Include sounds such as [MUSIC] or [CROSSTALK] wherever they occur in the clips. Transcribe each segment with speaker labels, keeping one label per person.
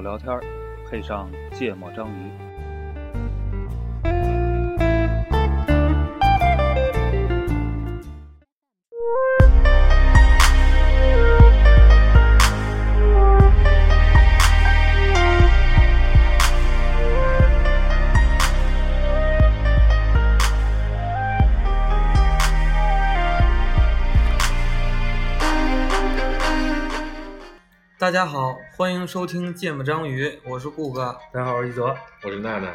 Speaker 1: 聊天，配上芥末章鱼。
Speaker 2: 大家好，欢迎收听《芥末章鱼》，我是顾哥。
Speaker 3: 大家好，我是一泽。
Speaker 4: 我是娜娜。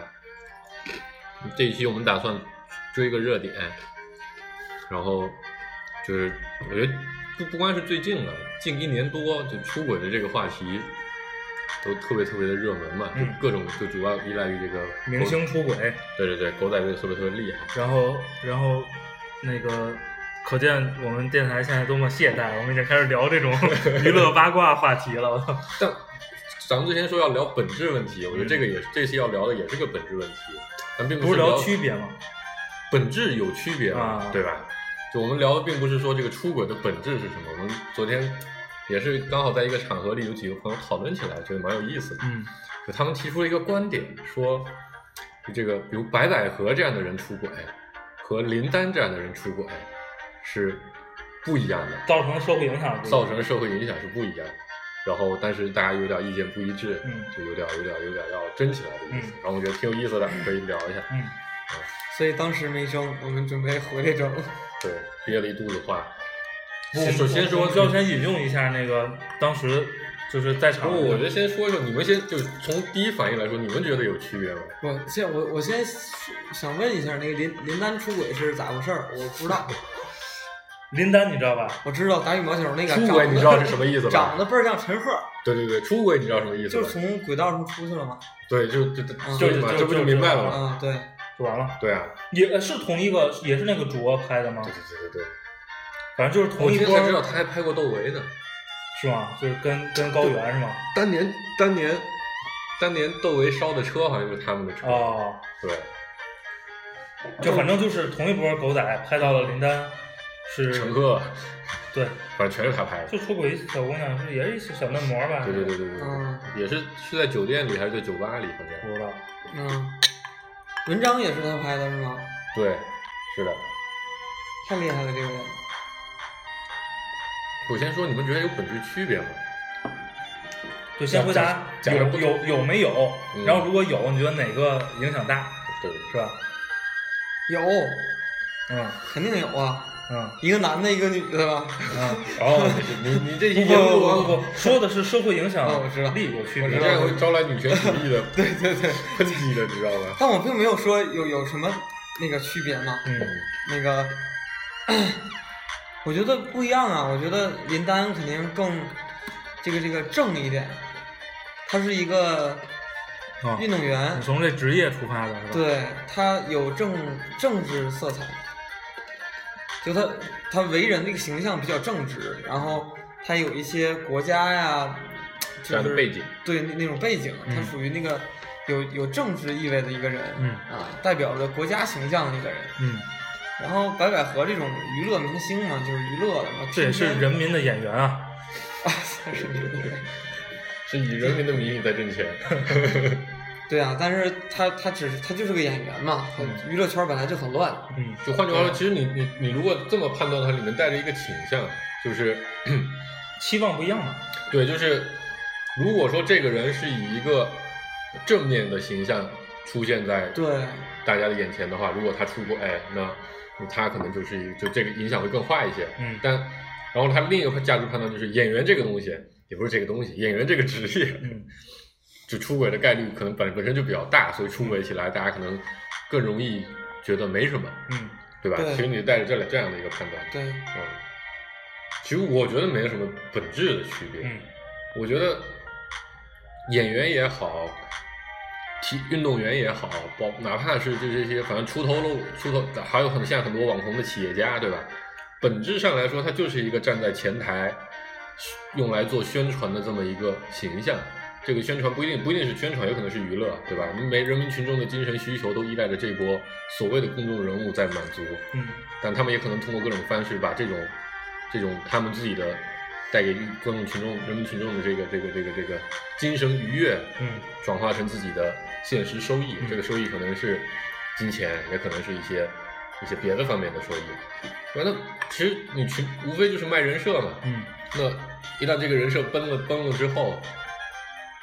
Speaker 4: 这一期我们打算追个热点，然后就是我觉得不不光是最近了，近一年多就出轨的这个话题都特别特别的热门嘛，
Speaker 3: 嗯
Speaker 4: 就各种就主要依赖于这个
Speaker 3: 明星，出轨，
Speaker 4: 对对对，狗仔队特别特别厉害。
Speaker 3: 然后然后那个，可见我们电台现在多么懈怠，我们已经开始聊
Speaker 5: [LAUGHS]
Speaker 3: 这种娱乐八卦话题了。
Speaker 4: 但咱们之前说要聊本质问题，我觉得这个也是这期要聊的也是个本质问题，咱并
Speaker 3: 不是
Speaker 4: 聊
Speaker 3: 聊区别吗？
Speaker 4: 本质有区别嘛
Speaker 3: 啊
Speaker 4: 对吧？就我们聊的并不是说这个出轨的本质是什么，我们昨天也是刚好在一个场合里有几个朋友讨论起来，觉得蛮有意思的。
Speaker 3: 嗯
Speaker 4: 就他们提出了一个观点，说就这个比如白百合这样的人出轨和林丹这样的人出轨是不一样的，
Speaker 3: 造成社会影响不一样
Speaker 4: 造成的社会影响是不一样的。然后，但是大家有点意见不一致，
Speaker 3: 嗯
Speaker 4: 就有点有点有点要争起来的意思。
Speaker 3: 嗯
Speaker 4: 然后我觉得挺有意思的，可以聊一下。
Speaker 3: 嗯，
Speaker 5: 所以当时没争，我们准备回来争。
Speaker 4: 对，憋了一肚子话。
Speaker 3: 不
Speaker 4: 首先说
Speaker 3: 我们要先引用一下那个当时就是在场
Speaker 4: 不，
Speaker 3: 的，
Speaker 4: 我觉得先说一说，你们先就是从第一反应来说，你们觉得有区别吗？
Speaker 5: 我现我我先想问一下，那个林林丹出轨是咋回事儿？我不知道，
Speaker 3: 林丹你知道吧？
Speaker 5: 我知道打羽毛球那个
Speaker 4: 出轨
Speaker 5: 长得
Speaker 4: 你知道是什么意思
Speaker 5: [LAUGHS]
Speaker 4: 吧
Speaker 5: 长得倍儿像陈赫，
Speaker 4: 对对对，出轨你知道什么意思
Speaker 5: 就
Speaker 4: 吗？
Speaker 5: 是从轨道上出去了吗？
Speaker 4: 对，就就
Speaker 5: 嗯
Speaker 4: 就嘛，
Speaker 3: 啊就
Speaker 4: 这不
Speaker 3: 就啊
Speaker 4: 就明白了吗？
Speaker 5: 嗯，对，
Speaker 3: 就完了，
Speaker 4: 对啊，
Speaker 3: 也呃是同一个，也是那个主播拍的吗
Speaker 4: 对？对对对对。
Speaker 3: 反正就是
Speaker 4: 我
Speaker 3: 同一
Speaker 4: 今天
Speaker 3: 波
Speaker 4: 才，知道他还拍过窦唯呢。
Speaker 3: 是吗？就是跟跟高原是吗？
Speaker 4: 当年当年当年窦唯烧的车好像就是他们的车。
Speaker 3: 哦。
Speaker 4: 对，
Speaker 3: 就反正就是同一波狗仔拍到了林丹是
Speaker 4: 乘客，
Speaker 3: 对，
Speaker 4: 反正全是他拍的。
Speaker 3: 就出轨小姑娘是也是一小嫩模吧？
Speaker 4: 对对对对对
Speaker 5: 嗯
Speaker 4: 对，也是是在酒店里还是在酒吧里，反
Speaker 3: 不
Speaker 4: 正
Speaker 3: 知道。
Speaker 5: 嗯，文章也是他拍的是吗？
Speaker 4: 对，是的。
Speaker 5: 太厉害了这个人，
Speaker 4: 我先说，你们觉得有本质区别吗？
Speaker 3: 就先回答
Speaker 4: 假假如
Speaker 3: 有
Speaker 4: 不
Speaker 3: 有有没有，
Speaker 4: 嗯
Speaker 3: 然后如果有，你觉得哪个影响大，
Speaker 4: 对，
Speaker 3: 是吧？
Speaker 5: 有，
Speaker 3: 嗯
Speaker 5: 肯定有啊，
Speaker 3: 嗯
Speaker 5: 一个男的，一个女的吧？
Speaker 4: [LAUGHS]
Speaker 3: 嗯。
Speaker 4: 哦，你你你这
Speaker 3: [LAUGHS] 不
Speaker 4: 一言
Speaker 3: 不
Speaker 4: 我
Speaker 3: 不不不，说的是社会影响
Speaker 5: 哦我知道
Speaker 3: 力有区
Speaker 5: 我
Speaker 4: 你
Speaker 3: 别
Speaker 5: 知
Speaker 4: 这
Speaker 5: 道
Speaker 4: 样会招来女权主义的
Speaker 5: [LAUGHS] 对对
Speaker 4: [LAUGHS]
Speaker 5: 对，
Speaker 4: 抨击的，你知道吗？
Speaker 5: 但我并没有说有有什么那个区别嘛。
Speaker 3: 嗯
Speaker 5: 那个， [CLEARS THROAT] 我觉得不一样啊！我觉得林丹肯定更这个这个正一点，他是一个
Speaker 3: 啊，
Speaker 5: 运动员，
Speaker 3: 你从这职业出发的是吧？，
Speaker 5: 嗯对他有政政治色彩，就他他为人这个形象比较正直，然后他有一些国家呀，
Speaker 4: 这
Speaker 5: 就
Speaker 4: 样的
Speaker 5: 是
Speaker 4: 背景，
Speaker 5: 对那那种背景，他
Speaker 3: 嗯
Speaker 5: 属于那个有有政治意味的一个人，
Speaker 3: 嗯
Speaker 5: 啊，代表着国家形象的一个人。
Speaker 3: 嗯，
Speaker 5: 然后白百合这种娱乐明星嘛，就是娱乐的嘛，
Speaker 3: 这也是
Speaker 5: 天天
Speaker 3: 人民的演员啊。
Speaker 5: 啊，算是娱乐
Speaker 4: 是以人民的名义在挣钱。
Speaker 5: 对啊，但是他他只是他就是个演员嘛，他娱乐圈本来就很乱，
Speaker 3: 嗯
Speaker 4: 就换句话说，其实你你你如果这么判断，它里面带着一个倾向，就是， [CLEARS THROAT]
Speaker 3: 期望不一样嘛。
Speaker 4: 对，就是如果说这个人是以一个正面的形象出现在
Speaker 5: 对
Speaker 4: 大家的眼前的话，如果他出轨，哎那他可能就是一就这个影响会更坏一些。
Speaker 3: 嗯
Speaker 4: 但然后他另一个价值判断就是演员这个东西也不是这个东西，演员这个职业，
Speaker 3: 嗯
Speaker 4: 就出轨的概率可能本本身就比较大，所以出轨起来大家可能更容易觉得没什么，
Speaker 3: 嗯
Speaker 4: 对吧？
Speaker 5: 对
Speaker 4: 其实你带着这两这样的一个判断，
Speaker 5: 对，
Speaker 4: 嗯，其实我觉得没有什么本质的区别。
Speaker 3: 嗯
Speaker 4: 我觉得演员也好，体运动员也好，包哪怕是就这些，反正出头露出头，还有很现在很多网红的企业家，对吧？本质上来说，他就是一个站在前台用来做宣传的这么一个形象。这个宣传不一定不一定是宣传，有可能是娱乐，对吧？每人民群众的精神需求都依赖着这波所谓的公众人物在满足。
Speaker 3: 嗯
Speaker 4: 但他们也可能通过各种方式把这种这种他们自己的带给观众群众、人民群众的这个这个这个这个精神愉悦，
Speaker 3: 嗯，
Speaker 4: 转化成自己的现实收益。
Speaker 3: 嗯
Speaker 4: 这个收益可能是金钱，也可能是一些一些别的方面的收益。完了，其实你群无非就是卖人设嘛。
Speaker 3: 嗯
Speaker 4: 那一旦这个人设崩了崩了之后，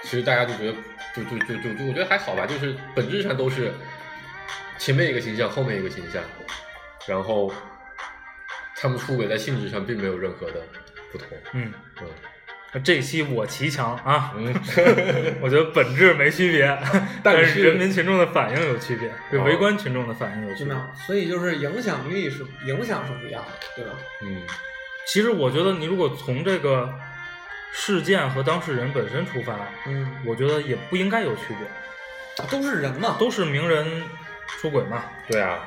Speaker 4: 其实大家就觉得就就就就就我觉得还好吧，就是本质上都是前面一个形象，后面一个形象，然后他们出轨在性质上并没有任何的不同。
Speaker 3: 嗯，
Speaker 4: 嗯
Speaker 3: 那这期我骑墙啊，
Speaker 5: [LAUGHS]
Speaker 4: 嗯，
Speaker 3: 我觉得本质没区别，但
Speaker 4: 是
Speaker 3: 人民群众的反应有区别，对
Speaker 4: 哦
Speaker 3: 围观群众的反应有区
Speaker 5: 对
Speaker 3: 别。
Speaker 5: 吧？所以就是影响力是影响是不一样的，对吧？
Speaker 4: 嗯
Speaker 3: 其实我觉得你如果从这个事件和当事人本身出发，
Speaker 5: 嗯，
Speaker 3: 我觉得也不应该有区别，
Speaker 5: 都是人嘛，
Speaker 3: 都是名人出轨嘛。
Speaker 4: 对啊，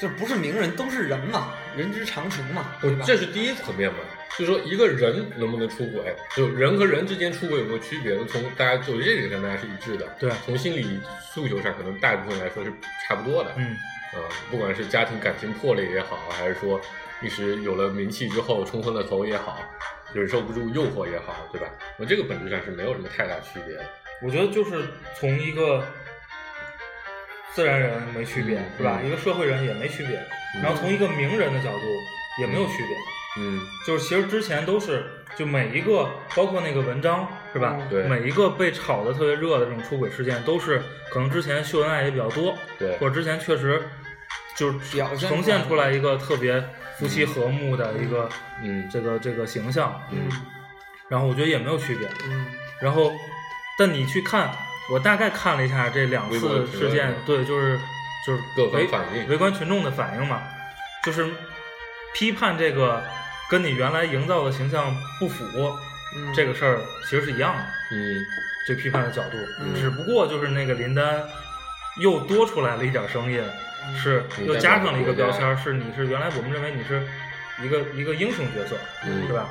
Speaker 5: 就不是名人，都是人嘛，人之常情嘛，
Speaker 4: 我
Speaker 5: 对吧？
Speaker 4: 这是第一层面嘛，就是说一个人能不能出轨，就人和人之间出轨有没有区别？从大家就这点上大家是一致的，
Speaker 3: 对
Speaker 4: 从心理诉求上可能大部分来说是差不多的，
Speaker 3: 嗯
Speaker 4: 啊，不管是家庭感情破裂也好，还是说一时有了名气之后冲昏了头也好，忍受不住诱惑也好，对吧？我这个本质上是没有什么太大区别的。
Speaker 3: 我觉得就是从一个自然人没区别，
Speaker 4: 嗯
Speaker 3: 是吧？
Speaker 4: 嗯
Speaker 3: 一个社会人也没区别，
Speaker 4: 嗯
Speaker 3: 然后从一个名人的角度也没有区别，
Speaker 4: 嗯，
Speaker 3: 就是其实之前都是就每一个，包括那个文章，是吧？
Speaker 5: 嗯
Speaker 4: 对
Speaker 3: 每一个被炒的特别热的这种出轨事件，都是可能之前秀恩爱也比较多，
Speaker 4: 对
Speaker 3: 或者之前确实就是
Speaker 5: 表现出来
Speaker 3: 呈现出来一个特别夫妻和睦的一个
Speaker 4: 嗯
Speaker 3: 这个这个形象，
Speaker 5: 嗯
Speaker 3: 然后我觉得也没有区别，
Speaker 5: 嗯
Speaker 3: 然后，但你去看，我大概看了一下这两
Speaker 4: 微博的
Speaker 3: 次
Speaker 4: 评
Speaker 3: 事
Speaker 4: 论
Speaker 3: 件，对，就是就是
Speaker 4: 各方
Speaker 3: 围
Speaker 4: 反应
Speaker 3: 围观群众的反应嘛，就是批判这个跟你原来营造的形象不符、
Speaker 5: 嗯，
Speaker 3: 这个事儿，其实是一样的，
Speaker 4: 嗯
Speaker 3: 这批判的角度，
Speaker 5: 嗯
Speaker 3: 只不过就是那个林丹又多出来了一点声音，
Speaker 5: 嗯
Speaker 3: 是
Speaker 4: 你
Speaker 3: 又
Speaker 4: 代
Speaker 3: 加
Speaker 4: 表
Speaker 3: 上了一个
Speaker 4: 国家
Speaker 3: 标签儿，是你是原来我们认为你是一个一个英雄角色，
Speaker 4: 嗯
Speaker 3: 是吧？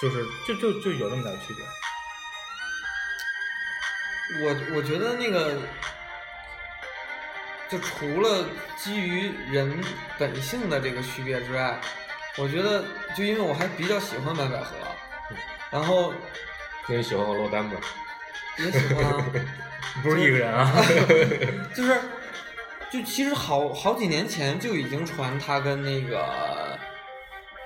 Speaker 3: 就是就就就有那么点区别。
Speaker 5: 我我觉得那个，就除了基于人本性的这个区别之外，我觉得就因为我还比较喜欢白百合，然后
Speaker 4: 那你喜欢王珞丹吗？
Speaker 5: 也喜欢啊，
Speaker 3: [LAUGHS] 不是一个人啊，
Speaker 5: 就是就其实好好几年前就已经传他跟那个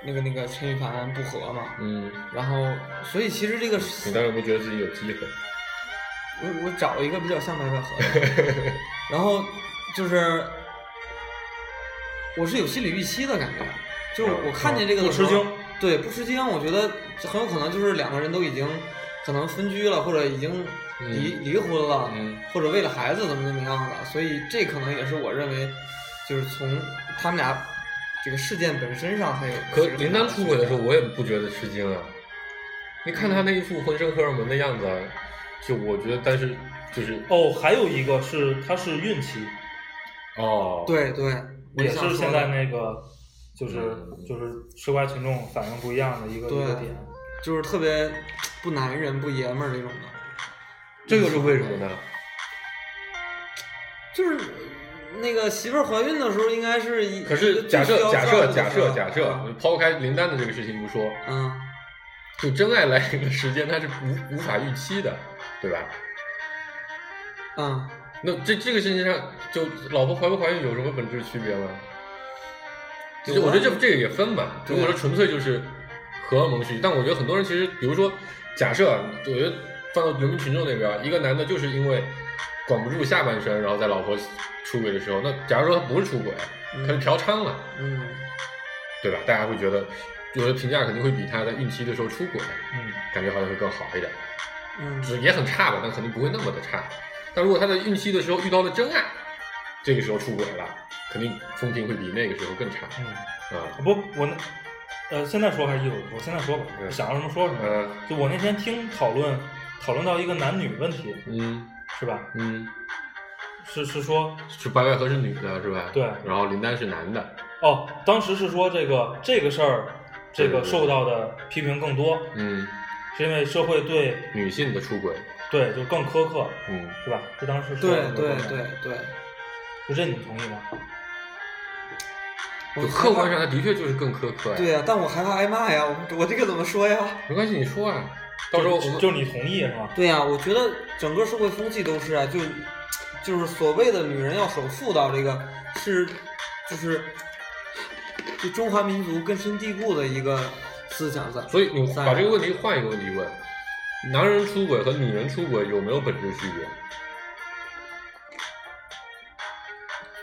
Speaker 5: 那个那个陈羽凡不和嘛，
Speaker 4: 嗯，
Speaker 5: 然后所以其实这个
Speaker 4: 你当时有没有觉得自己有机会？
Speaker 5: 我我找一个比较像白百合的，
Speaker 3: [LAUGHS]
Speaker 5: 然后就是我是有心理预期的感觉，就是我 [LAUGHS] 看见这个的时候
Speaker 3: 不吃惊，
Speaker 5: 对，不吃惊，我觉得很有可能就是两个人都已经可能分居了，或者已经离、离婚了，
Speaker 4: 嗯
Speaker 5: 或者为了孩子怎么怎么样了，所以这可能也是我认为就是从他们俩这个事件本身上才有。
Speaker 4: 可林丹出轨的时候，，我也不觉得吃惊啊。你看他那一副浑身荷尔蒙的样子啊，就我觉得，但是就是
Speaker 3: 哦，还有一个是他是孕期，
Speaker 4: 哦，，
Speaker 5: 对对，我
Speaker 3: 也
Speaker 5: 想
Speaker 3: 是
Speaker 5: 说
Speaker 3: 现
Speaker 5: 的
Speaker 3: 在那个就是
Speaker 4: 嗯
Speaker 3: 就是吃瓜群众反应不一样的一个
Speaker 5: 对
Speaker 3: 一个点。
Speaker 5: 就是特别不男人不爷们儿这种的。嗯
Speaker 4: 这又是为什么呢？
Speaker 5: 就是那个媳妇儿怀孕的时候，应该是一
Speaker 4: 可
Speaker 5: 一个
Speaker 4: 是
Speaker 5: 必
Speaker 4: 假
Speaker 5: 须
Speaker 4: 设
Speaker 5: 要
Speaker 4: 假
Speaker 5: 照顾
Speaker 4: 设
Speaker 5: 的
Speaker 4: 假设假设
Speaker 5: 嗯，
Speaker 4: 抛开林丹的这个事情不说，
Speaker 5: 嗯，
Speaker 4: 就真爱来临的时间，它是无无法预期的，对吧？
Speaker 5: 嗯，
Speaker 4: 那这这个事情上，就老婆怀不怀孕有什么本质区别吗？就
Speaker 5: 有啊
Speaker 4: 我觉得这这个也分吧。
Speaker 5: 对啊
Speaker 4: 如果说纯粹就是荷尔蒙区，但我觉得很多人其实，比如说假设啊，我觉得放到人民群众那边啊，一个男的就是因为管不住下半身，然后在老婆出轨的时候，那假如说他不是出轨，啊他是
Speaker 5: 嗯
Speaker 4: 嫖娼了，
Speaker 5: 嗯
Speaker 4: 对吧？大家会觉得，有的评价肯定会比他在孕期的时候出轨，
Speaker 3: 嗯，
Speaker 4: 感觉好像会更好一点。
Speaker 5: 嗯
Speaker 4: 只也很差吧，但肯定不会那么的差。但如果他在孕期的时候遇到了真爱，这个时候出轨了，肯定风评会比那个时候更差啊。
Speaker 3: 嗯，不，我那呃，现在说还是一会儿说？现在说吧，
Speaker 4: 嗯
Speaker 3: 我想到什么说什么。
Speaker 4: 呃，
Speaker 3: 就我那天听讨论，讨论到一个男女问题，
Speaker 4: 嗯
Speaker 3: 是吧？
Speaker 4: 嗯，
Speaker 3: 是是说，
Speaker 4: 是白百合是女的是吧？
Speaker 3: 对
Speaker 4: 然后林丹是男的，
Speaker 3: 哦，当时是说这个这个事儿，这
Speaker 4: 对对
Speaker 3: 个
Speaker 4: 对
Speaker 3: 受到的批评更多，
Speaker 4: 嗯，
Speaker 3: 是因为社会对
Speaker 4: 女性的出轨，
Speaker 3: 对就更苛刻，
Speaker 4: 嗯，
Speaker 3: 是吧？这当时说
Speaker 5: 对
Speaker 3: 的
Speaker 5: 对
Speaker 3: 观点
Speaker 5: 对对，
Speaker 3: 就这你同意吗？
Speaker 5: 我
Speaker 4: 就客观上，他的确就是更苛刻呀。
Speaker 5: 对呀、但我害怕挨骂呀，我我这个怎么说呀？
Speaker 4: 没关系，你说啊，到时候我们
Speaker 3: 就你同意是吧？
Speaker 5: 对呀、啊我觉得整个社会风气都是啊，就就是所谓的女人要守妇道，这个是就是就中华民族根深蒂固的一个思想在。
Speaker 4: 所以你
Speaker 5: 在
Speaker 4: 把这个问题换一个问题问：男人出轨和女人出轨有没有本质区别？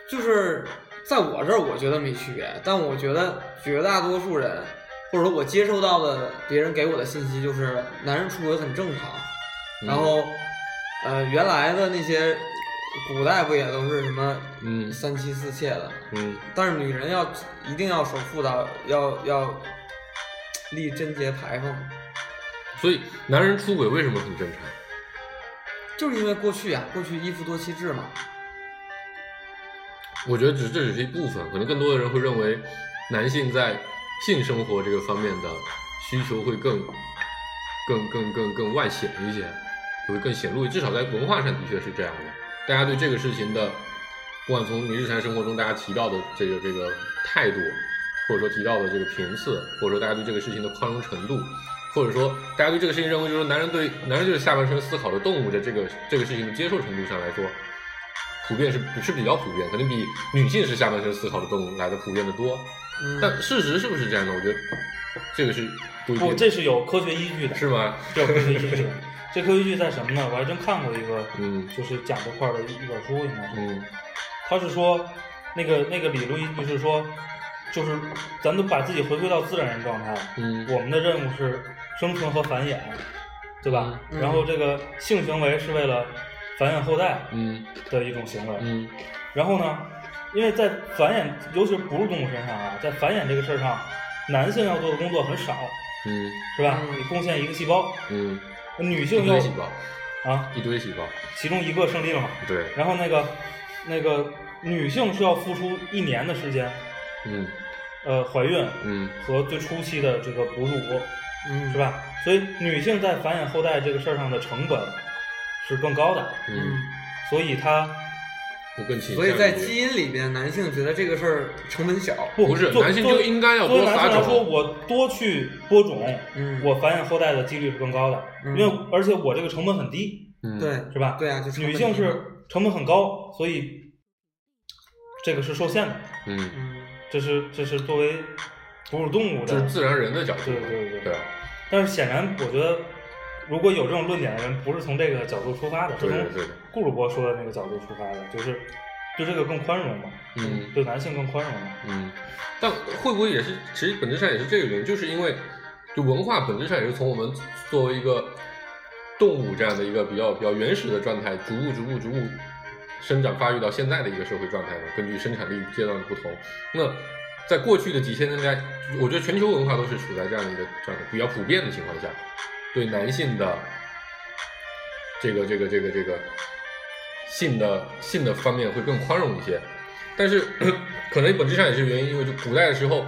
Speaker 5: 就是在我这儿，我觉得没区别，但我觉得绝大多数人，或者说我接收到的别人给我的信息，就是男人出轨很正常。
Speaker 4: 嗯
Speaker 5: 然后，呃，原来的那些古代不也都是什么
Speaker 4: 嗯
Speaker 5: 三妻四妾的？
Speaker 4: 嗯，
Speaker 5: 但是女人要一定要守妇道，要要立贞节牌坊，
Speaker 4: 所以男人出轨为什么很正常？
Speaker 5: 就是因为过去啊，过去一夫多妻制嘛。
Speaker 4: 我觉得只这只是一部分，可能更多的人会认为男性在性生活这个方面的需求会更更更更更外显一些，会更显露，至少在文化上的确是这样的。大家对这个事情的，不管从你日常生活中大家提到的这个这个态度，或者说提到的这个频次，或者说大家对这个事情的宽容程度，或者说大家对这个事情认为就是说男人对男人就是下半身思考的动物的这个这个事情的接受程度上来说，普遍是是比较普遍，可能比女性是下半身思考的动物来的普遍的多。
Speaker 5: 嗯，
Speaker 4: 但事实是不是这样的？我觉得这个是不一定
Speaker 3: 不，
Speaker 4: 的，
Speaker 3: 哦这是有科学依据的，
Speaker 4: 是吗？
Speaker 3: 这有科学
Speaker 4: [LAUGHS]
Speaker 3: 依据的。这科学依据在什么呢？我还真看过一个，
Speaker 4: 嗯
Speaker 3: 就是讲这块儿的一一本书，应该是。
Speaker 4: 嗯
Speaker 3: 他是说，那个那个理论依据是说，就是咱们把自己回归到自然人状态，
Speaker 4: 嗯
Speaker 3: 我们的任务是生存和繁衍，对吧？
Speaker 5: 嗯
Speaker 3: 然后这个性行为是为了繁衍后代
Speaker 4: 嗯
Speaker 3: 的一种行为。
Speaker 4: 嗯
Speaker 3: 然后呢，因为在繁衍，尤其是哺乳动物身上啊，在繁衍这个事儿上，男性要做的工作很少，
Speaker 4: 嗯
Speaker 3: 是吧？
Speaker 5: 嗯
Speaker 3: 你贡献一个细胞，
Speaker 4: 嗯，
Speaker 3: 女
Speaker 4: 一
Speaker 3: 性要
Speaker 4: 堆细胞，
Speaker 3: 啊，
Speaker 4: 一堆细胞，
Speaker 3: 其中一个胜利了嘛。
Speaker 4: 对，
Speaker 3: 然后那个那个女性是要付出一年的时间。
Speaker 4: 嗯
Speaker 3: 呃怀孕
Speaker 4: 嗯
Speaker 3: 和最初期的这个哺乳，
Speaker 5: 嗯
Speaker 3: 是？吧？所以女性在繁衍后代这个事儿上的成本是更高的，
Speaker 4: 嗯，
Speaker 5: 嗯，
Speaker 3: 所以她
Speaker 4: 我更倾向
Speaker 5: 所以
Speaker 4: 于
Speaker 5: 在基因里边，男性觉得这个事儿成本小。
Speaker 3: 不
Speaker 4: 不是
Speaker 3: 作
Speaker 4: 男性
Speaker 3: 作为
Speaker 4: 就应该要
Speaker 3: 作为
Speaker 4: 多
Speaker 3: 男
Speaker 4: 撒
Speaker 3: 性来
Speaker 4: 种
Speaker 3: 说，我多去播种，
Speaker 5: 嗯
Speaker 3: 我繁衍后代的几率是更高的，
Speaker 5: 嗯
Speaker 3: 因为而且我这个成本很低，
Speaker 4: 嗯
Speaker 5: 对，
Speaker 3: 是吧？
Speaker 5: 对啊，就成本
Speaker 3: 女性
Speaker 5: 低嘛
Speaker 3: 是成本很高，所以这个是受限的，
Speaker 4: 嗯，
Speaker 5: 嗯
Speaker 3: 这是这是作为哺乳动物
Speaker 4: 就
Speaker 3: 的
Speaker 4: 是自然人的角度，
Speaker 3: 对对对
Speaker 4: 对，
Speaker 3: 但是显然，我觉得如果有这种论点的人，不是从这个角度出发的，是
Speaker 4: 对对对
Speaker 3: 从
Speaker 4: 对
Speaker 3: 顾主播说的那个角度出发的，就是对这个更宽容嘛，
Speaker 4: 嗯。
Speaker 3: 对男性更宽容嘛。
Speaker 4: 嗯，但会不会也是，其实本质上也是这个原因，就是因为就文化本质上也是从我们作为一个动物这样的一个比较比较原始的状态，逐步逐步逐步生长发育到现在的一个社会状态嘛。根据生产力阶段的不同，那在过去的几千年来，我觉得全球文化都是处在这样的一个状态比较普遍的情况下，对男性的这个这个这个这个性的性的方面会更宽容一些。但是可能本质上也是原因，因为就古代的时候，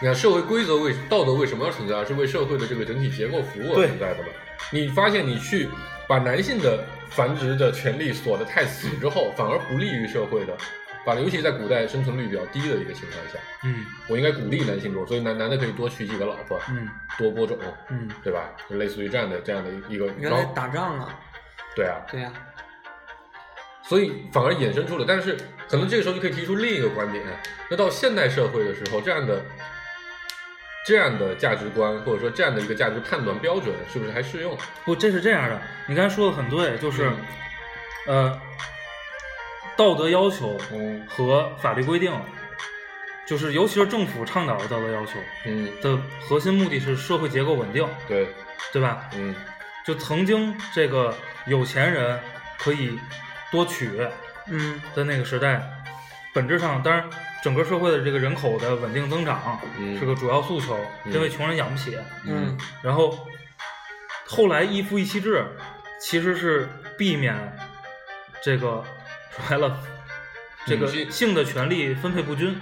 Speaker 4: 你看社会规则为道德为什么要存在，是为社会的这个整体结构服务而
Speaker 3: 对
Speaker 4: 存在的嘛。你发现你去把男性的繁殖的权利锁得太死之后，反而不利于社会的，反正尤其在古代生存率比较低的一个情况下，
Speaker 3: 嗯
Speaker 4: 我应该鼓励男性种，所以男男的可以多娶几个老婆，
Speaker 3: 嗯
Speaker 4: 多播种，
Speaker 3: 嗯，
Speaker 4: 对吧？就类似于这样的这样的一个，
Speaker 5: 原
Speaker 4: 然
Speaker 5: 来
Speaker 4: 后
Speaker 5: 打仗啊，
Speaker 4: 对啊，
Speaker 5: 对呀、
Speaker 4: 所以反而衍生出了，但是可能这个时候就可以提出另一个观点，那到现代社会的时候，这样的这样的价值观或者说这样的一个价值判断标准是不是还适用？
Speaker 3: 不，这是这样的，你刚才说的很对，就是、呃，道德要求
Speaker 4: 嗯
Speaker 3: 和法律规定，就是尤其是政府倡导的道德要求
Speaker 4: 嗯，
Speaker 3: 的核心目的是社会结构稳定，
Speaker 4: 对，
Speaker 3: 对吧？
Speaker 4: 嗯
Speaker 3: 就曾经这个有钱人可以多取
Speaker 5: 嗯
Speaker 3: 的那个时代，本质上当然整个社会的这个人口的稳定增长
Speaker 4: 嗯
Speaker 3: 是个主要诉求，
Speaker 4: 嗯
Speaker 3: 因为穷人养不起。
Speaker 5: 嗯
Speaker 3: 然后后来一夫一妻制其实是避免这个说白了这个
Speaker 4: 女性
Speaker 3: 性的权利分配不均，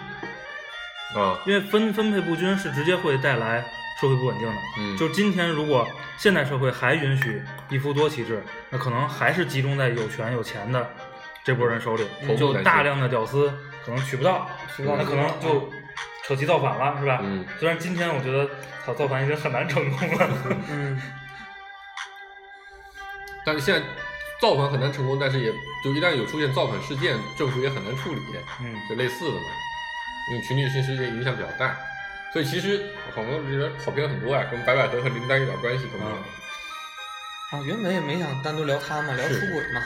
Speaker 5: 嗯
Speaker 4: 啊
Speaker 3: 因为分分配不均是直接会带来社会不稳定的。
Speaker 4: 嗯，
Speaker 3: 就今天，如果现代社会还允许一夫多妻制，那可能还是集中在有权有钱的这波人手里
Speaker 4: 嗯头部，
Speaker 3: 就
Speaker 4: 男性
Speaker 3: 大量的屌丝可能娶不到，
Speaker 5: 娶不到
Speaker 3: 那可能就首席造反了，是吧？
Speaker 4: 嗯
Speaker 3: 虽然今天我觉得造造反已经很难成功
Speaker 4: [LAUGHS]
Speaker 3: 了，
Speaker 5: 嗯，
Speaker 4: 但是现在造反很难成功，但是也就一旦有出现造反事件，政府也很难处理，
Speaker 3: 嗯
Speaker 4: 就类似的嘛。因为群体性事件影响比较大，所以其实好多人跑偏很多呀、跟白百合和林丹一点关系都没有。
Speaker 3: 嗯
Speaker 5: 啊，原本也没想单独聊他嘛，聊出
Speaker 4: 是
Speaker 5: 轨嘛。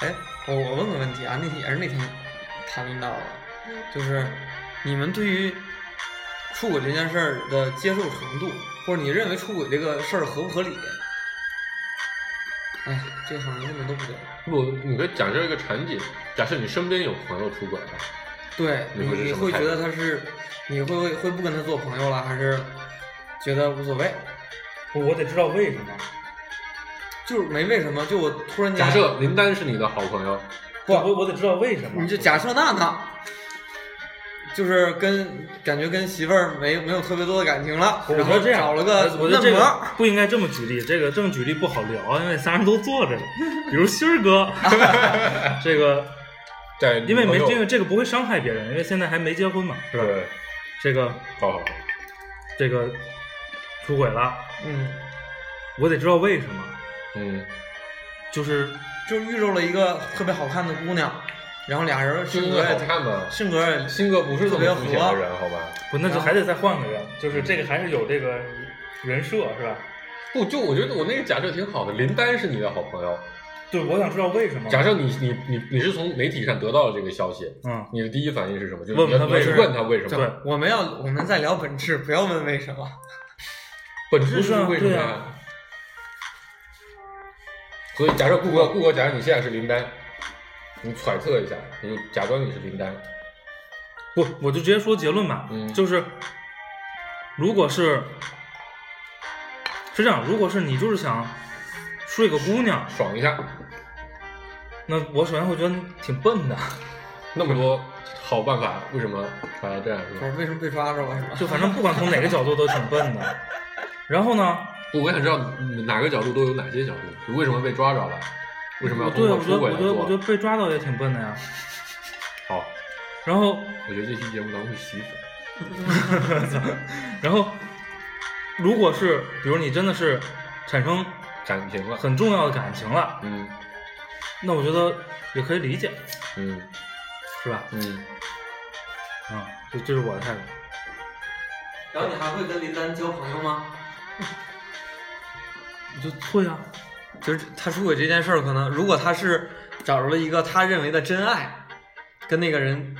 Speaker 5: 哎，我我问个问题啊，那天也是那天谈论到的，就是你们对于出轨这件事儿的接受程度，或者你认为出轨这个事儿合不合理？哎，这行人根本都不懂。
Speaker 4: 不，你可以假设一个场景，假设你身边有朋友出轨了，
Speaker 5: 对，
Speaker 4: 你
Speaker 5: 你
Speaker 4: 会是
Speaker 5: 你
Speaker 4: 什么
Speaker 5: 会
Speaker 4: 态
Speaker 5: 觉
Speaker 4: 度
Speaker 5: 得他是，你会会不跟他做朋友了，还是觉得无所谓？
Speaker 3: 我我得知道为什么。
Speaker 5: 就是没为什么，就我突然
Speaker 3: 嗯
Speaker 5: 间
Speaker 4: 假设林丹是你的好朋友，
Speaker 5: 不
Speaker 3: 我我得知道为什么。
Speaker 5: 你就假设娜娜，就是跟感觉跟媳妇儿没没有特别多的感情了，
Speaker 3: 我
Speaker 5: 然
Speaker 3: 觉
Speaker 5: 后
Speaker 3: 得这样，呃
Speaker 5: 找了个
Speaker 3: 我觉
Speaker 5: 嫩
Speaker 3: 得这
Speaker 5: 模
Speaker 3: 个
Speaker 5: 儿，
Speaker 3: 不应该这么举例，这个这么举例不好聊，因为仨人都坐着呢。比如鑫
Speaker 5: [LAUGHS]
Speaker 3: 儿哥，这个
Speaker 4: 在
Speaker 3: 因为
Speaker 4: 朋
Speaker 3: 没
Speaker 4: 友
Speaker 3: 这个这个不会伤害别人，因为现在还没结婚嘛，是吧？
Speaker 4: 对，
Speaker 3: 这个
Speaker 4: 好好好，
Speaker 3: 这个出轨了，
Speaker 5: 嗯，
Speaker 3: 我得知道为什么，
Speaker 4: 嗯，
Speaker 3: 就是
Speaker 5: 就遇着了一个特别好看的姑娘，然后俩人
Speaker 4: 就
Speaker 5: 性
Speaker 4: 因
Speaker 5: 格
Speaker 4: 为好
Speaker 5: 也
Speaker 4: 看嘛，
Speaker 5: 性格也
Speaker 4: 新哥不是这么肤浅的人，好吧？
Speaker 3: 不那就
Speaker 5: 然后
Speaker 3: 还得再换个人，就是这个还是有这个人设是吧？
Speaker 4: 不，就我觉得我那个假设挺好的，林丹是你的好朋友，
Speaker 3: 对，我想知道为什么。
Speaker 4: 假设你你你你是从媒体上得到了这个消息，
Speaker 3: 嗯，
Speaker 4: 你的第一反应是什么？就是
Speaker 3: 问
Speaker 4: 你要
Speaker 3: 他
Speaker 4: 你要
Speaker 3: 为
Speaker 4: 去
Speaker 3: 什么
Speaker 4: 问他为什
Speaker 5: 对
Speaker 4: 么？，
Speaker 5: 我们要我们在聊本质，不要问为什么。
Speaker 4: 本质
Speaker 3: 不是啊
Speaker 4: 为什么
Speaker 3: 对
Speaker 4: 呀
Speaker 3: 啊？
Speaker 4: 所以假设顾哥，顾哥，假设你现在是林丹，你揣测一下，你就假装你是林丹，
Speaker 3: 不，我就直接说结论吧，
Speaker 4: 嗯
Speaker 3: 就是如果是是这样，如果是你就是想睡个姑娘，
Speaker 4: 爽一下，
Speaker 3: 那我首先会觉得你挺笨的，
Speaker 4: 那么多好办法，为什么还要这样？是
Speaker 5: 不
Speaker 4: 吧？
Speaker 5: 是为什么被抓着了是吧？
Speaker 3: 就反正不管从哪个角度都挺笨的。然后呢，
Speaker 4: 不，我想知道哪个角度都有哪些角度，就为什么被抓着了？ [LAUGHS] 为什么要通
Speaker 3: 对，
Speaker 4: 过
Speaker 3: 我觉
Speaker 4: 出
Speaker 3: 得
Speaker 4: 轨
Speaker 3: 我
Speaker 4: 来
Speaker 3: 觉得我觉得
Speaker 4: 做？
Speaker 3: 被抓到也挺笨的呀。
Speaker 4: 好，
Speaker 3: 然后 [LAUGHS]
Speaker 4: 我觉得这期节目咱们会洗粉。
Speaker 3: 然后，如果是比如你真的是产生
Speaker 4: 感情了，
Speaker 3: 很重要的感情了，
Speaker 4: 嗯
Speaker 3: 那我觉得也可以理解，
Speaker 4: 嗯
Speaker 3: 是吧？
Speaker 4: 嗯，
Speaker 3: 啊、这这是我的态度。
Speaker 5: 然后你还会跟林丹交朋友吗？
Speaker 3: 我就会啊，
Speaker 5: 就是他出轨这件事儿，可能如果他是找着了一个他认为的真爱，跟那个人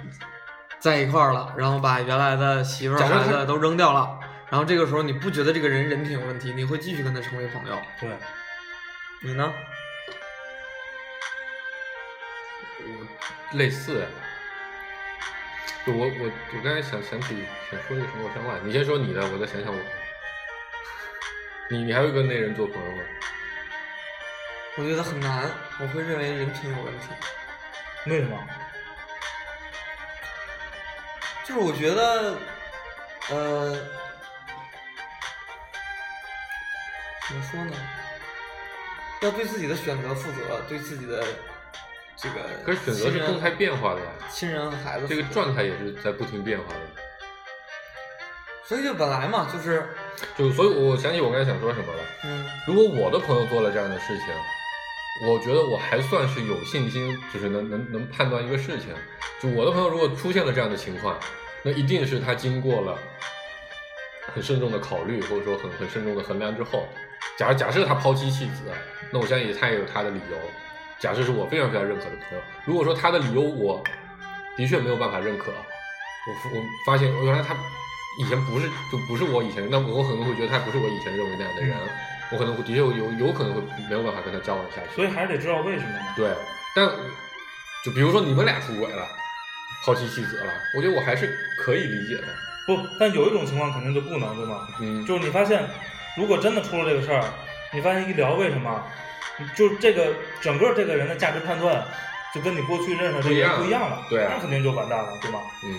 Speaker 5: 在一块儿了，然后把原来的媳妇儿
Speaker 4: 假如他
Speaker 5: 孩子都扔掉了，然后这个时候你不觉得这个人人品有问题，你会继续跟他成为朋友，
Speaker 3: 对，
Speaker 5: 你呢？
Speaker 4: 类似。就我我我刚才想想起想说一个什么，我想忘了。你先说你的，我再想想我。你你还会跟那人做朋友吗？
Speaker 5: 我觉得很难，我会认为人品有问题，
Speaker 3: 为什么？
Speaker 5: 就是我觉得，呃，怎么说呢？要对自己的选择负责，对自己的这个
Speaker 4: 可是选择
Speaker 5: 亲
Speaker 4: 是
Speaker 5: 人
Speaker 4: 动态变化的呀，
Speaker 5: 亲人和孩子
Speaker 4: 这个
Speaker 5: 负责
Speaker 4: 状态也是在不停变化的。
Speaker 5: 所以就本来嘛，就是，
Speaker 4: 就所以，我想起我刚才想说什么了。
Speaker 5: 嗯，
Speaker 4: 如果我的朋友做了这样的事情，我觉得我还算是有信心，就是能能能判断一个事情。就我的朋友如果出现了这样的情况，那一定是他经过了很慎重的考虑，或者说很很慎重的衡量之后。假如假设他抛妻弃子，那我相信他也有他的理由。假设是我非常非常认可的朋友，如果说他的理由我的确没有办法认可，我我发现原来他以前不是就不是我以前，那我可能会觉得他不是我以前认为那样的人，我可能会的确有有可能会没有办法跟他交往下去。
Speaker 3: 所以还是得知道为什么嘛。
Speaker 4: 对，但就比如说你们俩出轨了，抛妻弃子了，我觉得我还是可以理解的。
Speaker 3: 不，但有一种情况肯定就不能，对吗？
Speaker 4: 嗯，
Speaker 3: 就是你发现，如果真的出了这个事儿，你发现一聊为什么，就这个整个这个人的价值判断，就跟你过去认识这个人
Speaker 4: 不
Speaker 3: 不
Speaker 4: 一样
Speaker 3: 一样了，
Speaker 4: 对啊
Speaker 3: 那肯定就完蛋了，对吗？
Speaker 4: 嗯，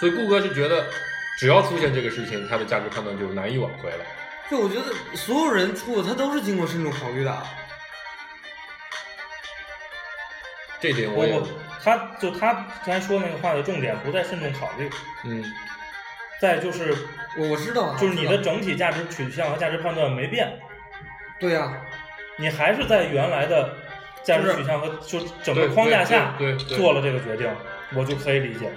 Speaker 4: 所以顾哥是觉得只要出现这个事情，他的价值判断就难以挽回了。
Speaker 5: 就我觉得所有啊人出，他都是经过慎重考虑的。
Speaker 4: 这点
Speaker 3: 不
Speaker 4: 我也
Speaker 3: 不，他就他刚才说那个话的重点不在慎重考虑，
Speaker 4: 嗯
Speaker 3: 再就是
Speaker 5: 我我知道啊，
Speaker 3: 就是你
Speaker 5: 我
Speaker 3: 的
Speaker 5: 知道
Speaker 3: 整体价值取向和价值判断没变，
Speaker 5: 对啊呀、
Speaker 3: 你还是在原来的价值取向和就整个
Speaker 4: 对
Speaker 3: 框架下
Speaker 4: 对对对
Speaker 3: 做了这个决定，我就可以理解。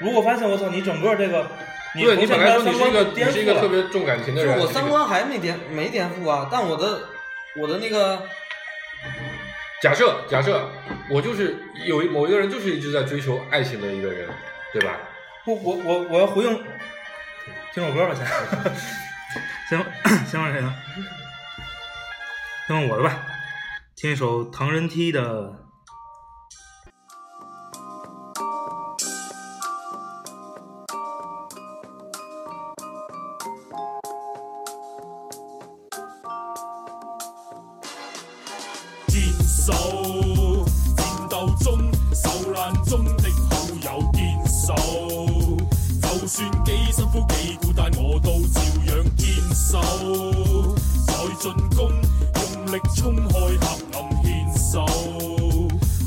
Speaker 3: 如果发现我操，你整个这个，你
Speaker 4: 对你
Speaker 3: 从
Speaker 4: 本来
Speaker 3: 来
Speaker 4: 说你
Speaker 3: 三
Speaker 4: 是一
Speaker 3: 观
Speaker 4: 个
Speaker 3: 就
Speaker 4: 你
Speaker 3: 颠
Speaker 4: 是一个
Speaker 3: 覆
Speaker 4: 特
Speaker 3: 了，
Speaker 4: 别重感情的
Speaker 5: 就是
Speaker 4: 人，
Speaker 5: 我
Speaker 4: 啊这
Speaker 5: 三
Speaker 4: 个
Speaker 5: 观还没颠没颠覆啊，但我的我的那个
Speaker 4: 假设假设我就是有一某一个人就是一直在追求爱情的一个人，对吧？
Speaker 3: 不，我我我要回应，听首歌
Speaker 4: [LAUGHS]
Speaker 3: 吧，先， [COUGHS] 先先问谁呢？先问我的吧，听一首唐人梯的。
Speaker 6: 接數，戰鬥中受難中的好友堅守。就算幾辛苦幾孤單，我都照樣堅守。再進攻，用力衝開黑暗牽手，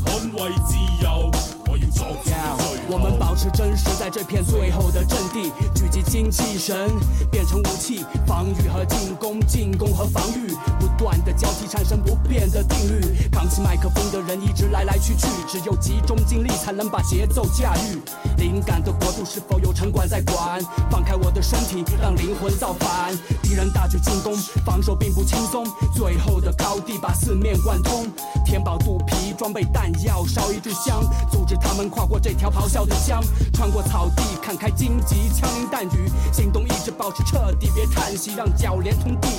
Speaker 6: 捍衛自由，我要作戰到最後
Speaker 7: 我们保持真实，在这片最后的阵地，聚集精气神，变成武器，防御和进攻，进攻和防御，不断的交替，产生不变的定律。扛起麦克风的人一直来来去去，只有集中精力才能把节奏驾驭。灵感的国度是否有城管在管？放开我的身体，让灵魂造反。敌人大举进攻，防守并不轻松，最后的高地把四面贯通，填饱肚皮，装备弹药，烧一炷香，阻止他们跨过这条咆哮的江，穿过草地，砍开荆棘，枪林弹雨，行动一直保持彻底，别叹息，让脚连通地，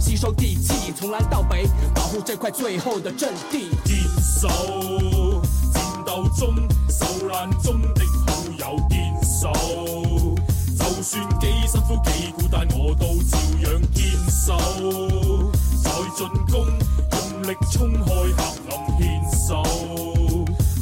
Speaker 7: 吸收地气，从南到北，保护这块最后的阵地。
Speaker 6: 堅守，戰鬥中受難中的好友堅守，就算幾辛苦幾孤單，我都照樣堅守。再進攻，用力衝開黑暗牽手，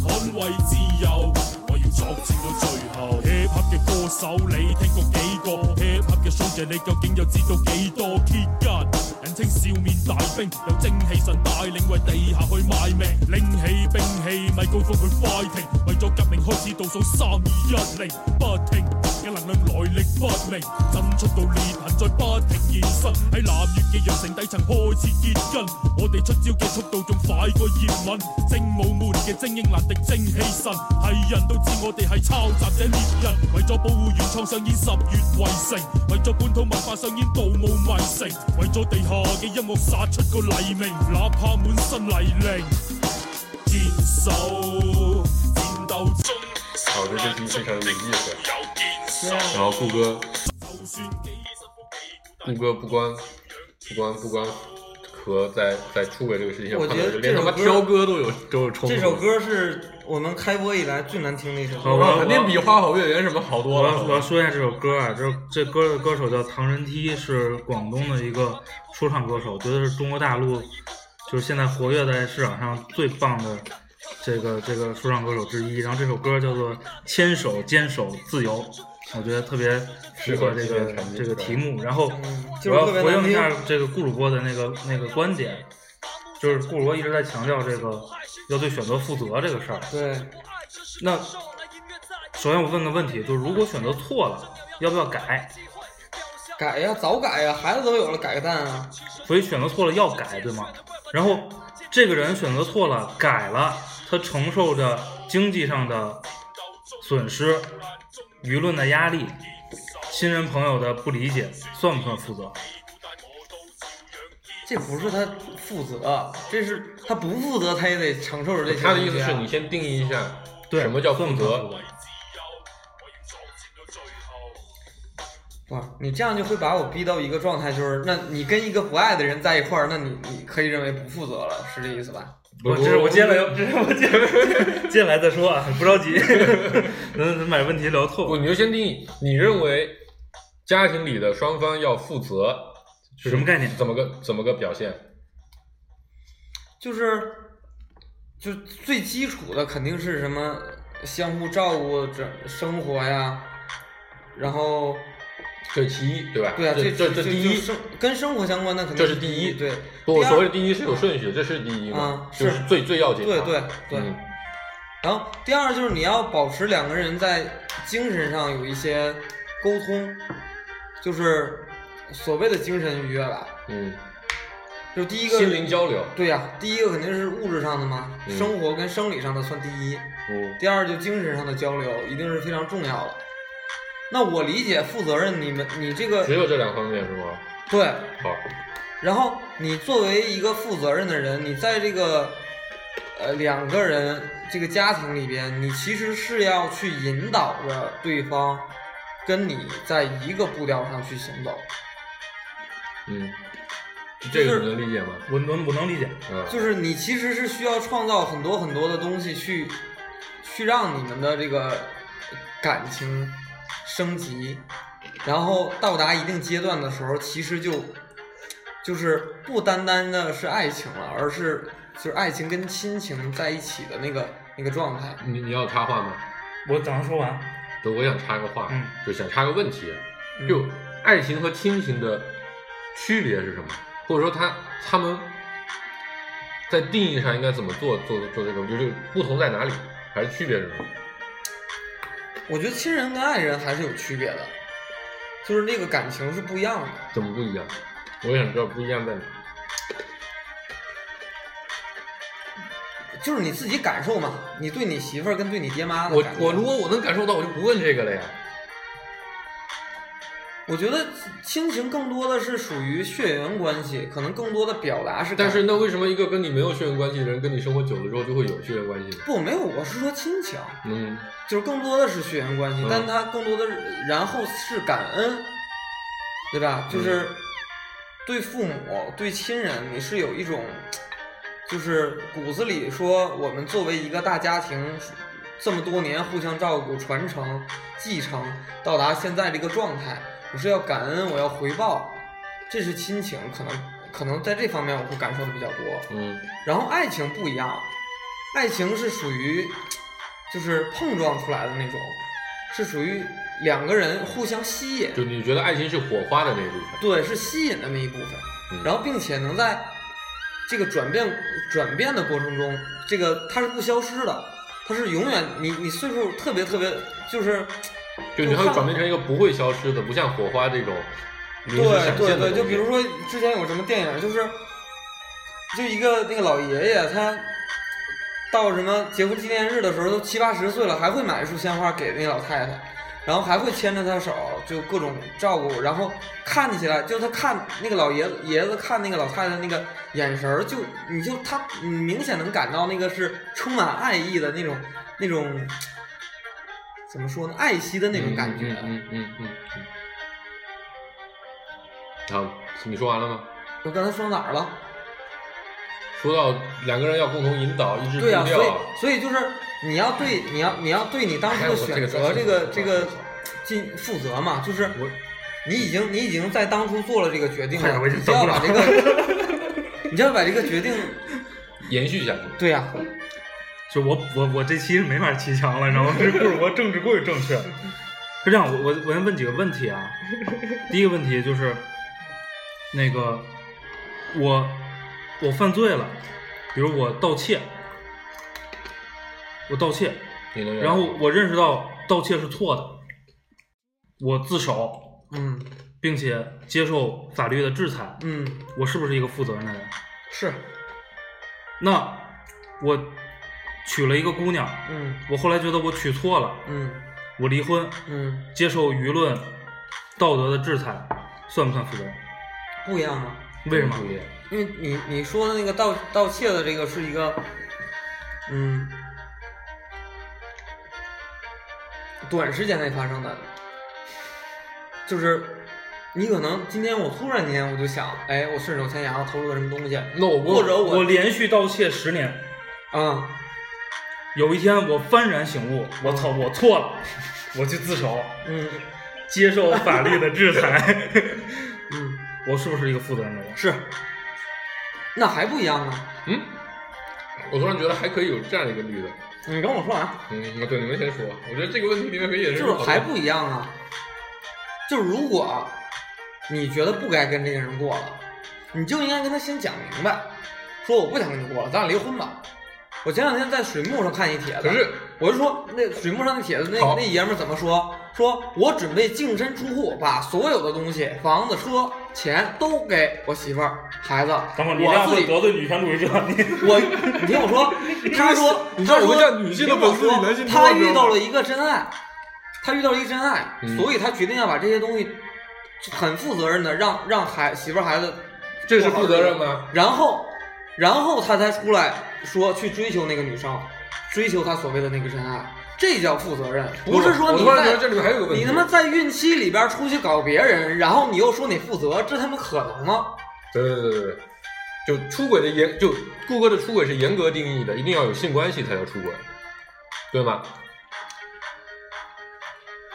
Speaker 6: 捍衛自由，我要作戰到最後。hip hop 嘅歌手，你聽過幾個？hip hop 嘅 s o 你究竟又知道幾多？Kid God，人稱少面大兵，由精氣神帶領為地下去賣命，拎起兵器，咪高峰去 fighting，為咗革命開始倒數三二一零，不停嘅能量來歷不明，震出到裂痕再不停延伸，喺南越嘅羊城底層開始結根，我哋出招嘅速度仲快過葉問，精武門嘅精英難敵精氣神，係人都知我哋係抄襲者獵人，為咗保護原創上演十月圍城，為咗本土文化上演盜墓迷城，為咗地下嘅音樂殺出個黎明，哪怕滿身泥泞，堅守戰鬥中。
Speaker 4: 我觉得这期非常有意思。
Speaker 6: 有堅
Speaker 3: 啊
Speaker 6: 守，
Speaker 4: 然后顾哥，
Speaker 6: 就算幾辛苦幾孤單
Speaker 4: 顾哥不光不光不光和在在出轨这个事情上
Speaker 5: 我
Speaker 4: 碰
Speaker 5: 觉
Speaker 4: 到
Speaker 5: 得
Speaker 4: 人，连他妈
Speaker 5: 这首
Speaker 4: 挑
Speaker 5: 歌
Speaker 4: 歌都有都有冲突。
Speaker 5: 这首歌是我们开播以来最难听的一首
Speaker 3: 好
Speaker 5: 歌
Speaker 3: 吧。
Speaker 4: 我肯啊定比花好月圆什么好多
Speaker 3: 我
Speaker 4: 了。
Speaker 3: 要我要说一下这首歌啊，就是这歌的歌手叫唐人梯，是广东的一个说唱歌手，觉得是中国大陆就是现在活跃在市场上最棒的这个这个说唱歌手之一。然后这首歌叫做《牵手坚守自由》，我觉得特别符合这
Speaker 4: 适合今
Speaker 3: 个
Speaker 4: 天产品
Speaker 3: 这个
Speaker 4: 是吧
Speaker 3: 题目。然后
Speaker 5: 嗯
Speaker 3: 我
Speaker 5: 就是
Speaker 3: 要
Speaker 5: 特别
Speaker 3: 回应一下
Speaker 5: 难
Speaker 3: 这个顾主播的那个那个观点，就是顾主播一直在强调这个要对选择负责这个事儿。
Speaker 5: 对，
Speaker 3: 那首先我问个问题，就是如果选择错了，要不要改？
Speaker 5: 改呀，早改呀，孩子都有了，改个蛋啊！
Speaker 3: 所以选择错了要改，对吗？然后这个人选择错了，改了，他承受着经济上的损失、舆论的压力、亲人朋友的不理解，算不算负责？
Speaker 5: 这不是他负责，这是他不负责，他也得承受着这些
Speaker 4: 他的
Speaker 5: 东
Speaker 4: 意思
Speaker 5: 西啊
Speaker 4: 是你先定义一下
Speaker 3: 对，
Speaker 4: 什么叫负
Speaker 3: 算不算
Speaker 4: 责，
Speaker 5: 不是，你这样就会把我逼到一个状态，就是那你跟一个不爱的人在一块儿，那你你可以认为不负责了，是这意思吧？
Speaker 3: 我这是我接下来要，这是我接下来接下来再说啊，不着急， [LAUGHS] 咱咱把问题聊透
Speaker 4: 不，。你就先定义，你认为家庭里的双方要负责
Speaker 3: 是什么概念
Speaker 4: 怎么个怎么个表现？
Speaker 5: 就是，就最基础的肯定是什么相互照顾这生活呀，然后
Speaker 4: 这其一，对吧？
Speaker 5: 对啊，
Speaker 4: 这
Speaker 5: 这就
Speaker 4: 这第
Speaker 5: 就
Speaker 4: 一，
Speaker 5: 生跟生活相关的肯定
Speaker 4: 这是第一
Speaker 5: 对，
Speaker 4: 不，
Speaker 5: 第
Speaker 4: 我
Speaker 5: 二
Speaker 4: 所谓的第一是有顺序，这是第一
Speaker 5: 啊，
Speaker 4: 嘛就是是最最要紧的。
Speaker 5: 对对对
Speaker 4: 嗯
Speaker 5: 然后第二就是你要保持两个人在精神上有一些沟通，就是所谓的精神愉悦吧。
Speaker 4: 嗯，
Speaker 5: 就第一个，
Speaker 4: 心灵交流，
Speaker 5: 对呀、第一个肯定是物质上的嘛，
Speaker 4: 嗯
Speaker 5: 生活跟生理上的算第一。
Speaker 4: 嗯
Speaker 5: 第二就精神上的交流一定是非常重要的。那我理解负责任，你们你这个
Speaker 4: 只有这两方面是吗？
Speaker 5: 对，
Speaker 4: 好，
Speaker 5: 然后你作为一个负责任的人，你在这个呃两个人这个家庭里边，你其实是要去引导着对方跟你在一个步调上去行走，
Speaker 4: 嗯，这个你能理解吗？
Speaker 3: 我能我能理解，
Speaker 4: 嗯，
Speaker 5: 就是你其实是需要创造很多很多的东西去去让你们的这个感情升级，然后到达一定阶段的时候，其实就就是不单单的是爱情了，而是就是爱情跟亲情在一起的那个那个状态。
Speaker 4: 你你要插话吗？
Speaker 3: 我等他说完。
Speaker 4: 对，我想插个话，
Speaker 3: 嗯
Speaker 4: 就想插个问题，啊
Speaker 5: 嗯
Speaker 4: 就爱情和亲情的区别是什么？或者说他他们在定义上应该怎么做做做这种，就是不同在哪里，还是区别是什么？
Speaker 5: 我觉得亲人跟爱人还是有区别的，就是那个感情是不一样的。
Speaker 4: 怎么不一样？我也想知道不一样在哪。
Speaker 5: 就是你自己感受嘛，你对你媳妇儿跟对你爹妈的
Speaker 4: 我
Speaker 5: 感觉
Speaker 4: 我如果我能感受到，我就不问这个了呀。
Speaker 5: 我觉得亲情更多的是属于血缘关系，可能更多的表达是感。
Speaker 4: 但是那为什么一个跟你没有血缘关系的人，跟你生活久了之后就会有血缘关系呢？
Speaker 5: 不没有，我是说亲情，
Speaker 4: 嗯，
Speaker 5: 就是更多的是血缘关系，
Speaker 4: 嗯
Speaker 5: 但它更多的是然后是感恩，对吧？就是对父母、对亲人，你是有一种，就是骨子里说我们作为一个大家庭，这么多年互相照顾、传承、继承，到达现在这个状态，我是要感恩，我要回报，这是亲情，可能可能在这方面我会感受的比较多。
Speaker 4: 嗯
Speaker 5: 然后爱情不一样，爱情是属于就是碰撞出来的那种，是属于两个人互相吸引，
Speaker 4: 就你觉得爱情是火花的那一部分，
Speaker 5: 对，是吸引的那一部分。
Speaker 4: 嗯
Speaker 5: 然后并且能在这个转变转变的过程中，这个它是不消失的，它是永远你你岁数特别特别就是。
Speaker 4: 就你还会转变成一个不会消失的，不像火花这种临时
Speaker 5: 对
Speaker 4: 闪现
Speaker 5: 对对，
Speaker 4: 的东西
Speaker 5: 就比如，说之前有什么电影，就是就一个那个老爷爷，他到什么结婚纪念日的时候都七八十岁了，还会买一束鲜花给那老太太，然后还会牵着她手，就各种照顾，然后看起来就他看那个老爷子爷子看那个老太太那个眼神儿，就你就他你明显能感到那个是充满爱意的那种那种。怎么说呢？爱惜的那种感觉，
Speaker 4: 嗯嗯嗯嗯嗯。好，你说完了吗？
Speaker 5: 我刚才说哪儿了？
Speaker 4: 说到两个人要共同引导，一致步
Speaker 5: 对
Speaker 4: 调
Speaker 5: 啊，，所以所以就是你要对你要你要对你当初的选择
Speaker 4: 哎
Speaker 5: 这
Speaker 4: 我这
Speaker 5: 个
Speaker 4: 个
Speaker 5: 这个尽负责嘛，就是
Speaker 4: 我
Speaker 5: 你已经你已经在当初做了这个决定
Speaker 3: 哎
Speaker 5: 了，
Speaker 3: 我已经
Speaker 5: 你就要
Speaker 3: 等不
Speaker 5: 把
Speaker 3: 了
Speaker 5: 这个 [LAUGHS] 你就要把这个决定，
Speaker 4: 延续下去。
Speaker 5: 对呀、
Speaker 3: 就我我我这期是没法骑墙了，你知道吗？这故事我政治过于正确。是这样，我我我先问几个问题啊。第一个问题就是，那个我我犯罪了，比如我盗窃，我盗窃，
Speaker 4: 你能原谅
Speaker 3: 然后我认识到盗窃是错的，我自首，
Speaker 5: 嗯
Speaker 3: 并且接受法律的制裁，
Speaker 5: 嗯
Speaker 3: 我是不是一个负责任的人？
Speaker 5: 是
Speaker 3: 那我娶了一个姑娘，
Speaker 5: 嗯
Speaker 3: 我后来觉得我娶错了，
Speaker 5: 嗯
Speaker 3: 我离婚，
Speaker 5: 嗯
Speaker 3: 接受舆论道德的制裁，算不算负责任？
Speaker 5: 不一样啊，
Speaker 3: 为什么？
Speaker 4: 注意
Speaker 5: 因为你你说的那个盗盗窃的这个是一个嗯短时间内发生的，就是你可能今天我突然间我就想，哎，我顺手牵羊偷了个什么东西，
Speaker 4: 那我
Speaker 5: 或者
Speaker 3: 我
Speaker 5: 我
Speaker 3: 连续盗窃十年，
Speaker 5: 啊、
Speaker 3: 有一天我幡然醒悟，我操，我错了，我去自首，
Speaker 5: 嗯
Speaker 3: 接受法律的制裁， [LAUGHS]
Speaker 5: 嗯
Speaker 3: 我是不是一个负责任的人？
Speaker 5: 是，那还不一样呢。
Speaker 4: 嗯，我突然觉得还可以有这样一个例子。
Speaker 5: 你跟我说啊完、
Speaker 4: 嗯，对，你们先说。我觉得这个问题你们可以也
Speaker 5: 就是还不一样啊。就是如果你觉得不该跟这个人过了，你就应该跟他先讲明白，说我不想跟你过了，咱俩离婚吧。我前两天在水木上看一帖子，
Speaker 4: 可是
Speaker 5: 我就说那水木上那帖子那
Speaker 4: 好
Speaker 5: 那爷们儿怎么说？说我准备净身出户，把所有的东西，房子、车、钱都给我媳妇儿、孩子，
Speaker 3: 等会儿你这样
Speaker 5: 我自
Speaker 3: 会
Speaker 5: 己
Speaker 3: 得罪女权主义者，你
Speaker 5: 我，你听我说，他说，
Speaker 4: 你
Speaker 5: 他
Speaker 4: 这
Speaker 5: 说
Speaker 4: 我叫女性的粉
Speaker 5: 你
Speaker 4: 丝
Speaker 5: 听我说
Speaker 4: 你来信多少
Speaker 5: 他
Speaker 4: 遍了
Speaker 5: 遇到了一个真爱，他遇到了一个真爱，
Speaker 4: 嗯
Speaker 5: 所以他决定要把这些东西很负责任的让让孩媳妇儿孩子，
Speaker 4: 这是负责任吗？
Speaker 5: 然后然后他才出来说去追求那个女生，追求他所谓的那个真爱，这叫负责任，不是说
Speaker 4: 我
Speaker 5: 你
Speaker 4: 突然觉得
Speaker 5: 在
Speaker 4: 这里面还有个问题，
Speaker 5: 你他妈在孕期里边出去搞别人，然后你又说你负责，这他妈可能吗？
Speaker 4: 对对对对对，就出轨的严，就顾哥的出轨是严格定义的，一定要有性关系才叫出轨，对吗？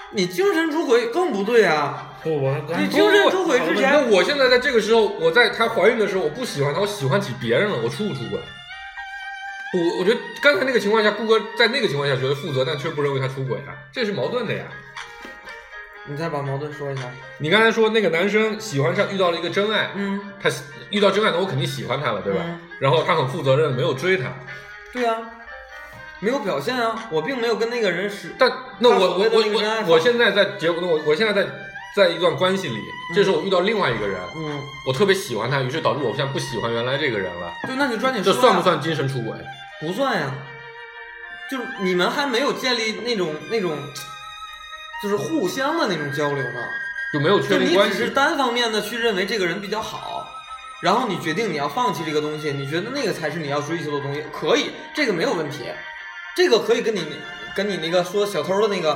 Speaker 5: 你精神出轨更不对啊！
Speaker 3: 不，我刚
Speaker 5: 你精神出轨之前
Speaker 4: 那我现在在这个时候，我在她怀孕的时候，我不喜欢她，我喜欢起别人了，我出不出轨？我我觉得刚才那个情况下，顾哥在那个情况下觉得负责，但却不认为他出轨啊，这是矛盾的呀。
Speaker 5: 你再把矛盾说一下，
Speaker 4: 你刚才说那个男生喜欢上遇到了一个真爱，
Speaker 5: 嗯。
Speaker 4: 他喜遇到真爱的我肯定喜欢他了，对吧？
Speaker 5: 嗯
Speaker 4: 然后他很负责任，没有追她，
Speaker 5: 对啊，没有表现啊，我并没有跟那个人是，
Speaker 4: 但那
Speaker 5: 他
Speaker 4: 我
Speaker 5: 所
Speaker 4: 我
Speaker 5: 谓的
Speaker 4: 我
Speaker 5: 那个真爱
Speaker 4: 我
Speaker 5: 法
Speaker 4: 我现在在结果，我我现在在在一段关系里，这时候我遇到另外一个人，
Speaker 5: 嗯，
Speaker 4: 我特别喜欢他，于是导致我现在不喜欢原来这个人了，
Speaker 5: 对，那就抓紧
Speaker 4: 这
Speaker 5: 说、啊
Speaker 4: 算不？算精神出轨？
Speaker 5: 不算呀，就是你们还没有建立那种那种，就是互相的那种交流呢，
Speaker 4: 就没有
Speaker 5: 就
Speaker 4: 确
Speaker 5: 你
Speaker 4: 定关
Speaker 5: 只
Speaker 4: 系
Speaker 5: 是？单方面的去认为这个人比较好。然后你决定你要放弃这个东西，你觉得那个才是你要追求的东西，可以，这个没有问题，这个可以跟你跟你那个说小偷的那个，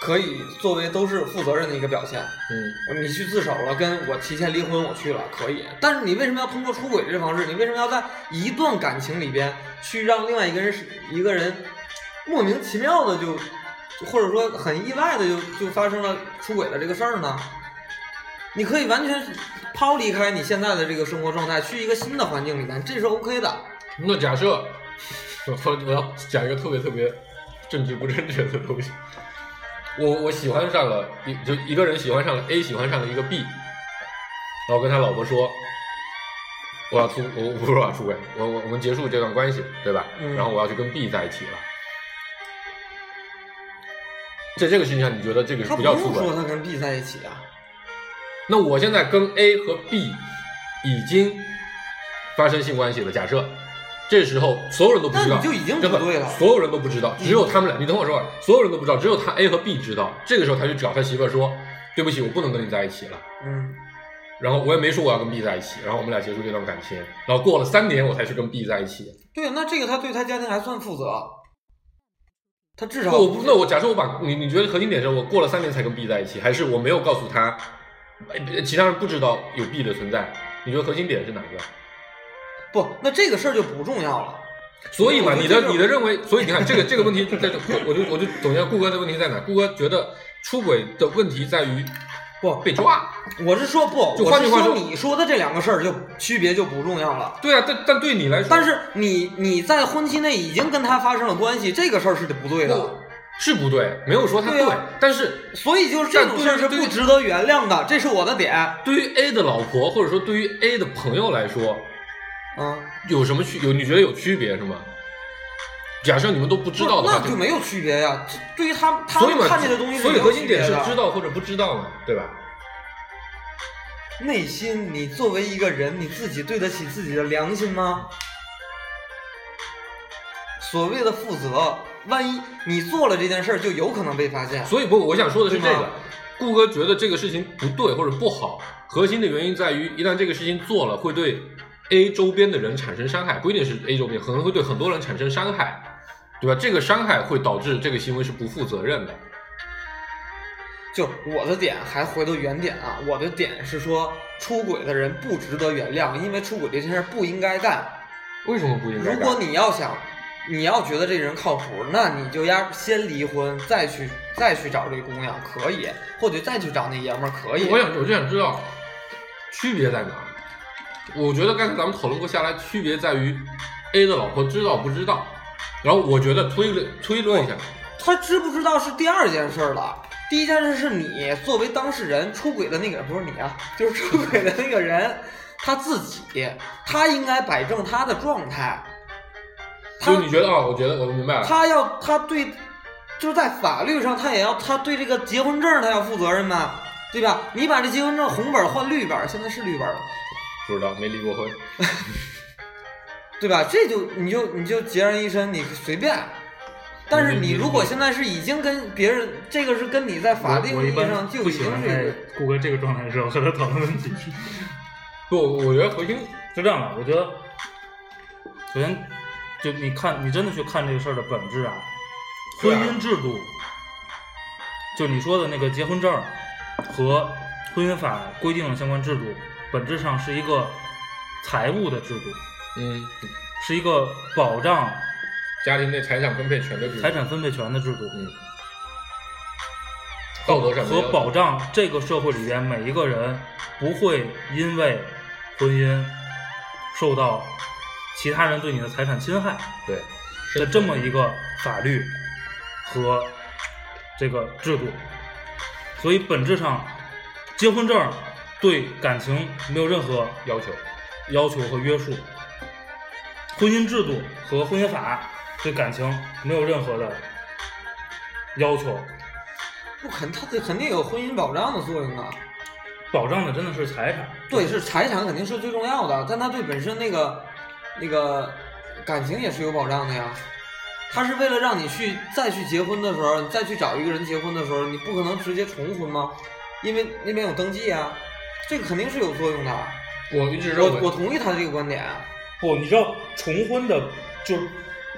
Speaker 5: 可以作为都是负责任的一个表现。
Speaker 4: 嗯，
Speaker 5: 你去自首了，跟我提前离婚，我去了，可以。但是你为什么要通过出轨这方式？你为什么要在一段感情里边去让另外一个人是一个人莫名其妙的就，或者说很意外的就就发生了出轨的这个事儿呢？你可以完全抛离开你现在的这个生活状态，去一个新的环境里面，这是 OK 的。
Speaker 4: 那假设我我我要讲一个特别特别政治不正确的东西，我我喜欢上了一就一个人喜欢上了 A，喜欢上了一个 B，然后跟他老婆说。我要出，我我不是我要出轨，我我我们结束这段关系，对吧？
Speaker 5: 嗯
Speaker 4: 然后我要去跟 B 在一起了。在这个事情上，你觉得这个
Speaker 5: 他不
Speaker 4: 不叫
Speaker 5: 用
Speaker 4: 出轨？
Speaker 5: 说他跟 B 在一起啊，
Speaker 4: 那我现在跟 A 和 B 已经发生性关系了，假设这时候所有人都不知
Speaker 5: 那
Speaker 4: 道，
Speaker 5: 你就已经不
Speaker 4: 真的
Speaker 5: 对了
Speaker 4: 所有人都不知道，只有他们俩。你等我说完，所有人都不知道，只有他 A 和 B 知道。这个时候他去找他媳妇儿说：“对不起，我不能跟你在一起了。
Speaker 5: 嗯，”
Speaker 4: 然后我也没说我要跟 B 在一起，然后我们俩结束这段感情。然后过了三年，我才去跟 B 在一起。
Speaker 5: 对，啊那这个他对他家庭还算负责，他至少
Speaker 4: 那我不，那我假设我把你你觉得核心点是我过了三年才跟 B 在一起，还是我没有告诉他，呃其他人不知道有 B 的存在？你觉得核心点是哪个？
Speaker 5: 不，那这个事儿就不重要了。
Speaker 4: 所以嘛，
Speaker 5: 我觉得
Speaker 4: 你的
Speaker 5: 这种
Speaker 4: 你的认为， [LAUGHS] 所以你看这个这个问题在这，我就我就总结顾哥的问题在哪？顾哥觉得出轨的问题在于
Speaker 5: 不
Speaker 4: 被抓，
Speaker 5: 我是说不，
Speaker 4: 就
Speaker 5: 我
Speaker 4: 换
Speaker 5: 是
Speaker 4: 句话
Speaker 5: 说，
Speaker 4: 说
Speaker 5: 你说的这两个事儿就区别就不重要了。
Speaker 4: 对啊，但但对你来说，
Speaker 5: 但是你你在婚期内已经跟他发生了关系，这个事儿是不对的，
Speaker 4: 是不对，没有说他
Speaker 5: 对
Speaker 4: 对，
Speaker 5: 啊
Speaker 4: 但是
Speaker 5: 所以就是这种事儿是不值得原谅的，这是我的点。
Speaker 4: 对于 A 的老婆或者说对于 A 的朋友来说，
Speaker 5: 嗯，
Speaker 4: 有什么区有你觉得有区别是吗？假设你们都不知道的话，
Speaker 5: 那就没有区别呀。这对于他他
Speaker 4: 所以
Speaker 5: 们
Speaker 4: 嘛，
Speaker 5: 看见的东西是
Speaker 4: 所
Speaker 5: 没
Speaker 4: 以
Speaker 5: 有
Speaker 4: 核
Speaker 5: 区
Speaker 4: 心
Speaker 5: 别
Speaker 4: 点是
Speaker 5: 的。
Speaker 4: 知道或者不知道嘛，对吧？
Speaker 5: 内心，你作为一个人，你自己对得起自己的良心吗？所谓的负责，万一你做了这件事儿，就有可能被发现。
Speaker 4: 所以不，我想说的是这
Speaker 5: 对
Speaker 4: 个
Speaker 5: 吗，
Speaker 4: 顾哥觉得这个事情不对或者不好，核心的原因在于，一旦这个事情做了，会对 A 周边的人产生伤害，不一定是 A 周边，可能会对很多人产生伤害，对吧？这个伤害会导致这个行为是不负责任的。
Speaker 5: 就我的点还回到原点啊，我的点是说出轨的人不值得原谅，因为出轨这件事儿不应该干。
Speaker 4: 为什么不应该
Speaker 5: 如
Speaker 4: 干？
Speaker 5: 果你要想，你要觉得这人靠谱，那你就压先离婚，再去再去找这姑娘可以，或者再去找那爷们儿可以。
Speaker 4: 我想，我就想知道区别在哪儿。我觉得刚才咱们讨论过下来，区别在于 A 的老婆知道不知道，然后我觉得推论推论一
Speaker 5: 哦
Speaker 4: 下，
Speaker 5: 他知不知道是第二件事儿了。第一件事是你作为当事人出轨的那个，不是你啊，就是出轨的那个人，他自己，他应该摆正他的状态。他
Speaker 4: 就你觉得啊、我觉得我明白了，
Speaker 5: 他要他对，就是在法律上他也要他对这个结婚证他要负责任吧，对吧？你把这结婚证红本儿换绿本儿，现在是绿本儿了，
Speaker 4: 不知道没离过婚，
Speaker 5: 对吧？这就你就你就孑然一身，你随便。但是你如果现在是已经跟别人，这个是跟你在法定
Speaker 3: 我我
Speaker 5: 意
Speaker 3: 一
Speaker 5: 义
Speaker 3: 般
Speaker 5: 上就
Speaker 3: 不
Speaker 5: 已
Speaker 3: 喜
Speaker 5: 经
Speaker 3: 欢
Speaker 5: 是一
Speaker 3: 在
Speaker 5: 个
Speaker 3: 谷歌这个状态的时候和他讨论问题。
Speaker 4: 不，我觉得回听
Speaker 3: 就这样吧，我觉得，首先就你看，你真的去看这个事儿的本质啊，
Speaker 4: 对
Speaker 3: 婚
Speaker 4: 啊
Speaker 3: 姻制度，就你说的那个结婚证儿和婚姻法规定的相关制度，本质上是一个财务的制度，
Speaker 4: 嗯，
Speaker 3: 是一个保障
Speaker 4: 家庭内财产分配权的制度
Speaker 3: 财，产分配权的制度，
Speaker 4: 嗯，道德上没
Speaker 3: 和
Speaker 4: 有
Speaker 3: 保障这个社会里边每一个人不会因为婚姻受到其他人对你的财产侵害。
Speaker 4: 对，
Speaker 3: 的这么一个法律和这个制度，所以本质上，结婚证对感情没有任何
Speaker 4: 要求，
Speaker 3: 要求和约束，婚姻制度和婚姻法对感情没有任何的要求，
Speaker 5: 不肯，他得肯定有婚姻保障的作用啊。
Speaker 3: 保障的真的是财产。
Speaker 5: 对，是财产肯定是最重要的，但他对本身那个那个感情也是有保障的呀。他是为了让你去再去结婚的时候，你再去找一个人结婚的时候，你不可能直接重婚吗？因为那边有登记啊，这个肯定是有作用的。
Speaker 4: 我一直认
Speaker 5: 我
Speaker 4: 为
Speaker 5: 我同意他这个观点啊。
Speaker 3: 不，你知道重婚的，就是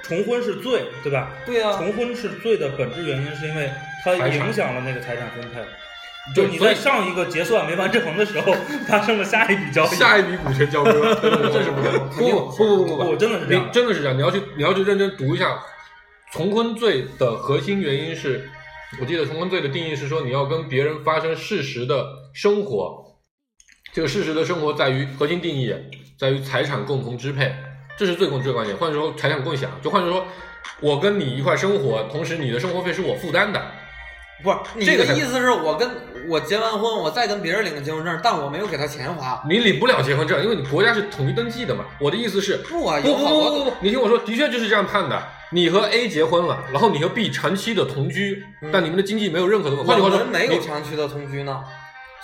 Speaker 3: 重婚是罪，对吧？
Speaker 5: 对啊，
Speaker 3: 重婚是罪的本质原因是因为它
Speaker 4: 财产
Speaker 3: 影响了那个财产分配。
Speaker 4: 对
Speaker 3: 就你
Speaker 4: 所以
Speaker 3: 在上一个结算没完成的时候， [LAUGHS] 发生了下一笔交易。
Speaker 4: [LAUGHS] 下一笔股权交
Speaker 3: [LAUGHS]
Speaker 4: 割，真的这是不是？不不不不
Speaker 3: 我
Speaker 4: 不，
Speaker 3: 真的是这样
Speaker 4: 你。真的是这样，你要去你要去认真读一下，重婚罪的核心原因是，我记得重婚罪的定义是说你要跟别人发生事实的生活，这个事实的生活在于核心定义在于财产共同支配，这是最关最关键。换句话说，财产共享，就换句话说，我跟你一块生活，同时你的生活费是我负担的，
Speaker 5: 不是你
Speaker 4: 这个才
Speaker 5: 的意思是我跟我结完婚，我再跟别人领个结婚证，但我没有给他钱花。
Speaker 4: 你领不了结婚证，因为你国家是统一登记的嘛。我的意思是，
Speaker 5: 不啊，
Speaker 4: 不
Speaker 5: 有
Speaker 4: 不
Speaker 5: 好
Speaker 4: 不
Speaker 5: 多
Speaker 4: 不不，你听我说，的确就是这样判的。你和 A 结婚了，然后你和 B 长期的同居，但你们的经济没有任何的问题。换
Speaker 5: 嗯
Speaker 4: 句
Speaker 5: 我
Speaker 4: 话说，
Speaker 5: 们没有
Speaker 4: 你
Speaker 5: 长期的同居呢，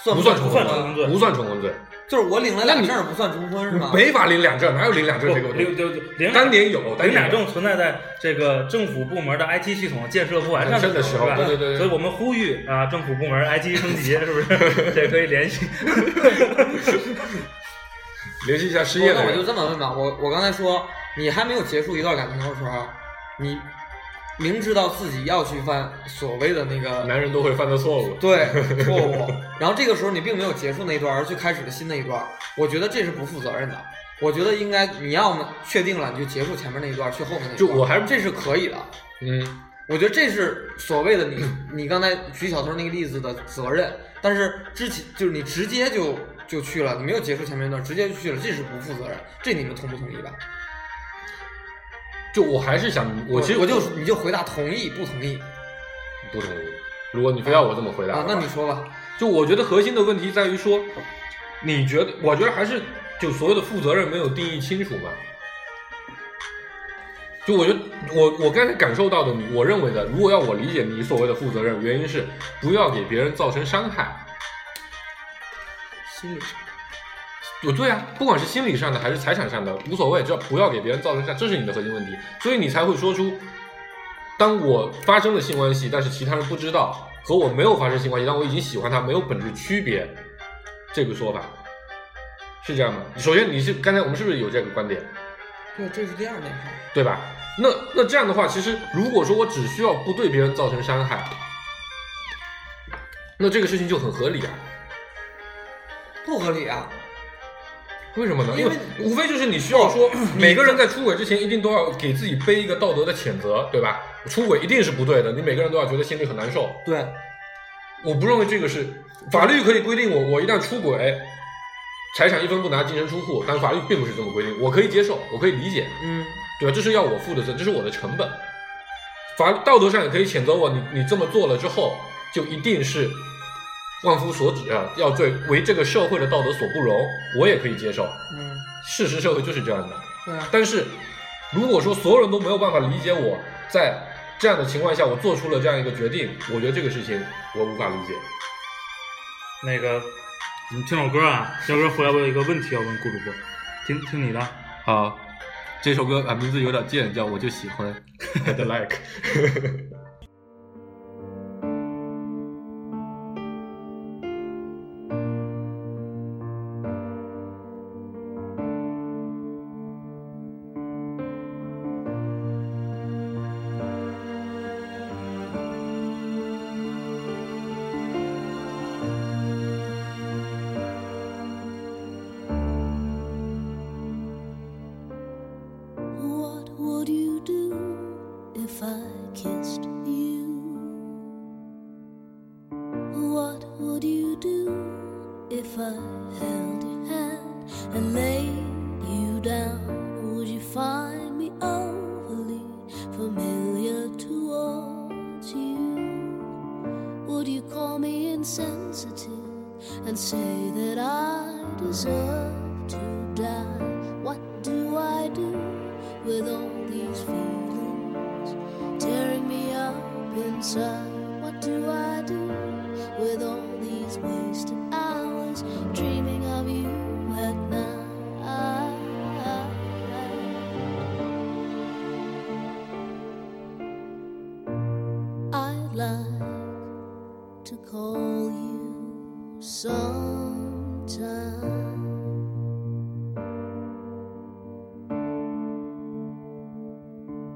Speaker 5: 算
Speaker 4: 不
Speaker 5: 算
Speaker 4: 算重
Speaker 3: 婚
Speaker 4: 婚不
Speaker 3: 不算重罪
Speaker 4: 算重婚罪，
Speaker 5: 就是我领了
Speaker 4: 那
Speaker 5: 俩
Speaker 4: 你
Speaker 5: 证儿不算重婚是吗？
Speaker 4: 没法领两证，哪有领两证这个问
Speaker 3: 不
Speaker 4: 题？
Speaker 3: 领就就领
Speaker 4: 当年有，当
Speaker 3: 领
Speaker 4: 年
Speaker 3: 俩
Speaker 4: 有
Speaker 3: 证存在在这个政府部门的 IT 系统建设不完善
Speaker 4: 的时候
Speaker 3: 是吧
Speaker 4: 对对对对
Speaker 3: 所以我们呼吁啊，政府部门 IT 升级
Speaker 4: [LAUGHS]
Speaker 3: 是不是？ [LAUGHS] 这可以联系。
Speaker 4: 联系一下失
Speaker 5: 不
Speaker 4: 业
Speaker 5: 那
Speaker 4: 的
Speaker 5: 我就
Speaker 4: 人。
Speaker 5: 这么问吧，我我刚才说，你还没有结束一段感情的时候，你明知道自己要去犯所谓的那个
Speaker 4: 男人都会犯的错误，
Speaker 5: 对错误， [LAUGHS] 然后这个时候你并没有结束那一段，而去开始了新的一段，我觉得这是不负责任的。我觉得应该你要么确定了，你就结束前面那一段，去后面那一段。
Speaker 4: 就我还是
Speaker 5: 这是可以的，
Speaker 4: 嗯，
Speaker 5: 我觉得这是所谓的你你刚才举小偷那个例子的责任，但是之前就是你直接就就去了，你没有结束前面一段，直接就去了，这是不负责任，这你们同不同意吧？
Speaker 4: 就我还是想，我其实
Speaker 5: 我就你就回答同意不同意
Speaker 4: 不同意。如果你非要我这么回答
Speaker 5: 啊
Speaker 4: 的？话，
Speaker 5: 那你说吧，
Speaker 4: 就我觉得核心的问题在于说，你觉得，我觉得还是就所有的负责任没有定义清楚嘛。就我觉得，我我刚才感受到的你，我认为的，如果要我理解你所谓的负责任，原因是不要给别人造成伤害。
Speaker 5: 心理上
Speaker 4: 不对啊，不管是心理上的还是财产上的，无所谓，只要不要给别人造成伤，这是你的核心问题，所以你才会说出，当我发生了性关系，但是其他人不知道，和我没有发生性关系，但我已经喜欢他，没有本质区别，这个说法是这样吗？首先，你是刚才我们是不是有这个观点，
Speaker 5: 对，这是第二点哈。
Speaker 4: 对吧？那那这样的话，其实如果说我只需要不对别人造成伤害，那这个事情就很合理啊。
Speaker 5: 不合理啊！
Speaker 4: 为什么呢？
Speaker 5: 因
Speaker 4: 因
Speaker 5: 为
Speaker 4: 为无非就是你需要说，每个人在出轨之前一定都要给自己背一个道德的谴责，对吧？出轨一定是不对的，你每个人都要觉得心里很难受。
Speaker 5: 对，
Speaker 4: 我不认为这个是法律可以规定我，我一旦出轨，财产一分不拿，净身出户，但法律并不是这么规定，我可以接受，我可以理解，
Speaker 5: 嗯，
Speaker 4: 对吧？这是要我付的责，这是我的成本。法道德上也可以谴责我，你你这么做了之后，就一定是万夫所指啊，要对为这个社会的道德所不容，我也可以接受。
Speaker 5: 嗯，
Speaker 4: 事实社会就是这样的。
Speaker 5: 对啊，
Speaker 4: 但是如果说所有人都没有办法理解我在这样的情况下，我做出了这样一个决定，我觉得这个事情我无法理解。
Speaker 3: 那个，你听首歌啊，听首歌回来我有一个问题要问顾主播，听听你的。
Speaker 4: 好，这首歌啊名字有点贱，叫《我就喜欢》，I like。
Speaker 8: What would you do if I kissed you? What would you do if I held your hand and laid you down? Would you find me overly familiar towards you? Would you call me insensitive and say that I deserve to die? What do I do with all these feelings tearing me up inside? What do I do with all these wasted hours dreaming of you at night? I'd like to call you sometime.
Speaker 3: [LAUGHS]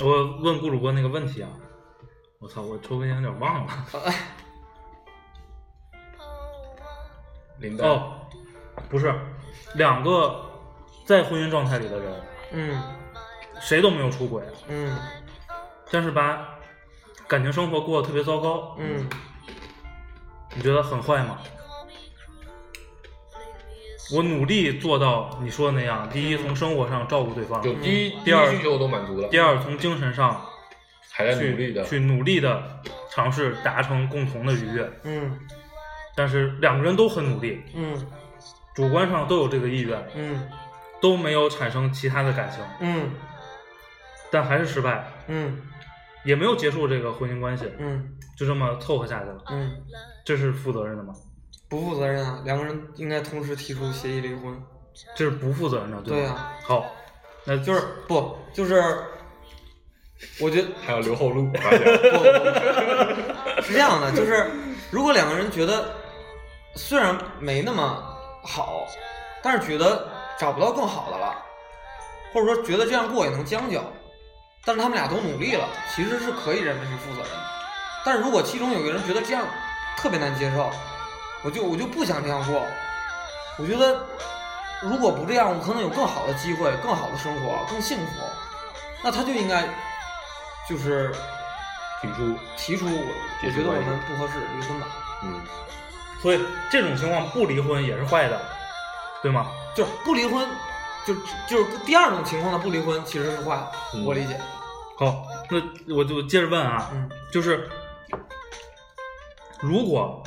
Speaker 3: 我问顾主播那个问题啊，我操，我抽根烟有点忘了。
Speaker 4: 林丹，
Speaker 3: 哦，不是，两个在婚姻状态里的人，
Speaker 5: 嗯
Speaker 3: 谁都没有出轨，
Speaker 5: 嗯
Speaker 3: 但是吧，感情生活过得特别糟糕，
Speaker 5: 嗯，
Speaker 3: 你觉得很坏吗？我努力做到你说的那样，第一，从生活上照顾对方，
Speaker 4: 就第一、
Speaker 3: 第二
Speaker 4: 嗯第一需求都满足了，
Speaker 3: 第二，从精神上
Speaker 4: 还在
Speaker 3: 去
Speaker 4: 努力的，
Speaker 3: 去努力的尝试达成共同的愉悦，
Speaker 5: 嗯
Speaker 3: 但是两个人都很努力，
Speaker 5: 嗯
Speaker 3: 主观上都有这个意愿，
Speaker 5: 嗯
Speaker 3: 都没有产生其他的感情，
Speaker 5: 嗯
Speaker 3: 但还是失败，
Speaker 5: 嗯
Speaker 3: 也没有结束这个婚姻关系，
Speaker 5: 嗯
Speaker 3: 就这么凑合下去了，
Speaker 5: 嗯，
Speaker 3: 这是负责任的吗？
Speaker 5: 不负责任啊！两个人应该同时提出协议离婚。
Speaker 3: 这是不负责任的，
Speaker 5: 对
Speaker 3: 吧？
Speaker 5: 啊，
Speaker 3: 好，那就
Speaker 5: 就是不就是，我觉得
Speaker 4: 还要留后 [LAUGHS] 路。
Speaker 5: 不不不 [LAUGHS] 是这样的，就是如果两个人觉得虽然没那么好，但是觉得找不到更好的了，或者说觉得这样过也能将就，但是他们俩都努力了，其实是可以认为是负责任的。但是如果其中有一个人觉得这样特别难接受，我就我就不想这样过，我觉得如果不这样，我可能有更好的机会、更好的生活、更幸福，那他就应该就是
Speaker 4: 提出，
Speaker 5: 提出我，我
Speaker 4: 提
Speaker 5: 觉
Speaker 4: 出
Speaker 5: 得我
Speaker 4: 关系
Speaker 5: 们不合适，离婚吧。
Speaker 4: 嗯，
Speaker 3: 所以这种情况不离婚也是坏的，对吗？
Speaker 5: 就是不离婚，就就是第二种情况的不离婚其实是坏的，
Speaker 4: 嗯
Speaker 5: 我理解。
Speaker 3: 好，那我就接着问啊，
Speaker 5: 嗯
Speaker 3: 就是如果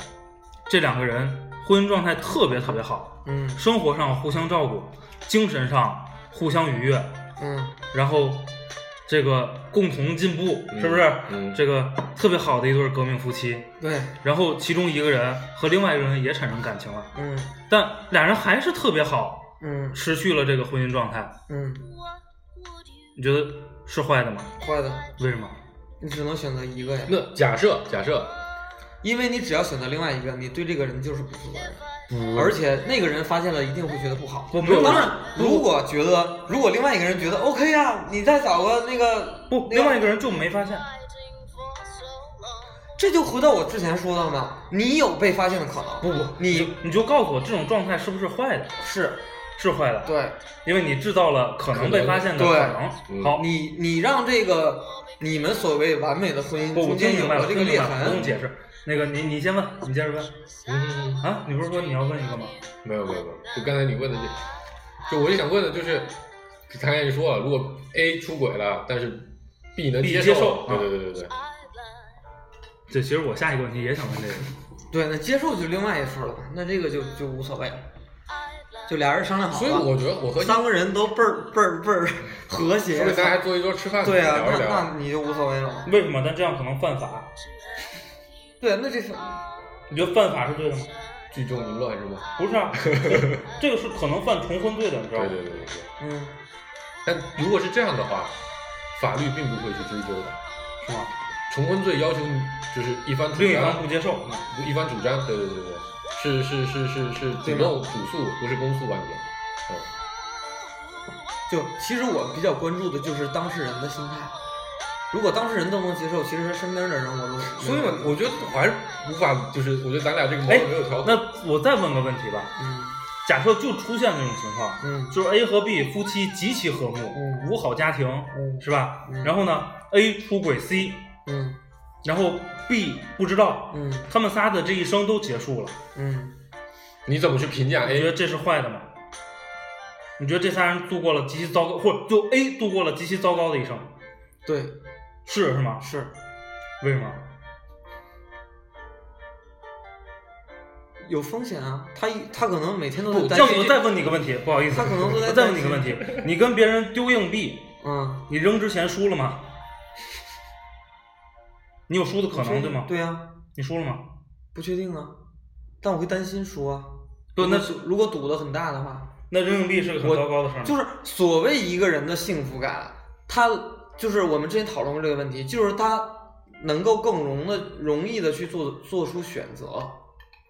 Speaker 3: 这两个人婚姻状态特别特别好，
Speaker 5: 嗯
Speaker 3: 生活上互相照顾，精神上互相愉悦，
Speaker 5: 嗯
Speaker 3: 然后这个共同进步，
Speaker 4: 嗯
Speaker 3: 是不是？
Speaker 4: 嗯
Speaker 3: 这个特别好的一对革命夫妻，
Speaker 5: 对，
Speaker 3: 然后其中一个人和另外一个人也产生感情了，
Speaker 5: 嗯
Speaker 3: 但俩人还是特别好，
Speaker 5: 嗯
Speaker 3: 持续了这个婚姻状态，
Speaker 5: 嗯，
Speaker 3: 你觉得是坏的吗？
Speaker 5: 坏的，
Speaker 3: 为什么？
Speaker 5: 你只能选择一个呀，
Speaker 4: 那假设假设，
Speaker 5: 因为你只要选择另外一个，你对这个人就是不负责任。而且那个人发现了，一定会觉得不好。
Speaker 3: 我没有
Speaker 5: 当然，如果觉得，如果另外一个人觉得 OK 啊，你再找个那个
Speaker 3: 不，
Speaker 5: 那
Speaker 3: 另外一个人就没发现。
Speaker 5: 这就回到我之前说到的，你有被发现的可能。
Speaker 3: 不不，就
Speaker 5: 你
Speaker 3: 你就告诉我这种状态是不是坏的？
Speaker 5: 是
Speaker 3: 是坏的，，
Speaker 5: 对，
Speaker 3: 因为你制造了可能被发现的
Speaker 5: 可
Speaker 3: 可
Speaker 5: 能
Speaker 3: 能。
Speaker 4: 嗯
Speaker 3: 好，
Speaker 5: 你你让这个你们所谓完美的婚姻
Speaker 3: 不，我
Speaker 5: 中
Speaker 3: 听
Speaker 5: 间
Speaker 3: 明
Speaker 5: 有
Speaker 3: 白了，
Speaker 5: 了
Speaker 3: 听
Speaker 5: 这个
Speaker 3: 明
Speaker 5: 裂
Speaker 3: 白了，不用
Speaker 5: 痕，
Speaker 3: 解释。那个你你先问，你接着问
Speaker 4: [LAUGHS] 嗯，
Speaker 3: 啊？你不是说你要问一个吗？
Speaker 4: 没有没有没有，就刚才你问的这，就我就想问的就是，刚才你说了，如果 A 出轨了，但是 B 能
Speaker 3: B 接受
Speaker 4: 受，啊对对对对对。
Speaker 3: 这其实我下一个问题也想问这个，
Speaker 5: 对，那接受就另外一说了吧，那这个就就无所谓了，就俩人商量好
Speaker 4: 所以
Speaker 5: 了
Speaker 4: 我觉得我和
Speaker 5: 三个人都倍儿倍儿倍儿和谐
Speaker 4: 说，不定大家还坐一桌吃饭，
Speaker 5: 对啊，
Speaker 4: 聊一
Speaker 5: 那
Speaker 4: 聊
Speaker 5: 那。你就无所谓了嘛。
Speaker 3: 为什么？但这样可能犯法，
Speaker 5: 对，那这是
Speaker 3: 你觉得犯法是对的吗？
Speaker 4: 聚众淫乱是吗？
Speaker 3: 不是 [LAUGHS] 啊，这个是可能犯重婚罪的，你知
Speaker 4: 对
Speaker 3: 道吗？
Speaker 4: 对对对对。
Speaker 5: 嗯，
Speaker 4: 但如果是这样的话，法律并不会去追究的。
Speaker 3: 是吗？
Speaker 4: 重婚罪要求你就是一方主
Speaker 3: 另一方
Speaker 4: 张
Speaker 3: 不，接受，
Speaker 4: 一方主张，对对对对，是是是是是主动主诉，不是公诉案件。嗯，
Speaker 5: 就其实我比较关注的就是当事人的心态。如果当事人都能接受，其实身边的人我都
Speaker 4: 所以嘛，我觉得还是无法，就是我觉得咱俩这个矛
Speaker 3: 哎
Speaker 4: 盾没有调，和。
Speaker 3: 那我再问个问题吧，
Speaker 5: 嗯
Speaker 3: 假设就出现这种情况，
Speaker 5: 嗯
Speaker 3: 就是 A 和 B 夫妻极其和睦，
Speaker 5: 嗯
Speaker 3: 五好家庭，
Speaker 5: 嗯
Speaker 3: 是吧？
Speaker 5: 嗯
Speaker 3: 然后呢，A 出轨 C，
Speaker 5: 嗯
Speaker 3: 然后 B 不知道，
Speaker 5: 嗯
Speaker 3: 他们仨的这一生都结束了，
Speaker 5: 嗯，
Speaker 4: 你怎么去评价哎
Speaker 3: 你觉
Speaker 4: A？
Speaker 3: 得这是坏的吗？你觉得这仨人度过了极其糟糕，或者就 A 度过了极其糟糕的一生，
Speaker 5: 对，
Speaker 3: 是是吗？
Speaker 5: 是
Speaker 3: 为什么？
Speaker 5: 有风险啊。他一他可能每天都
Speaker 4: 不
Speaker 5: 很担
Speaker 3: 要不
Speaker 5: 心
Speaker 3: 我。再问你一个问题，不好意思，
Speaker 5: 他可能都在
Speaker 3: 我再问你一个问题，你跟别人丢硬币，
Speaker 5: 嗯，
Speaker 3: 你扔之前输了吗？你有输的可能对吗？
Speaker 5: 对啊，
Speaker 3: 你输了吗？
Speaker 5: 不确定啊，但我会担心输啊。
Speaker 3: 对那
Speaker 5: 如果如果赌的很大的话，
Speaker 3: 那扔硬币是个很
Speaker 5: 我
Speaker 3: 糟糕的事儿吗。
Speaker 5: 就是所谓一个人的幸福感，他就是我们之前讨论过这个问题，就是他能够更容的容易的去做做出选择，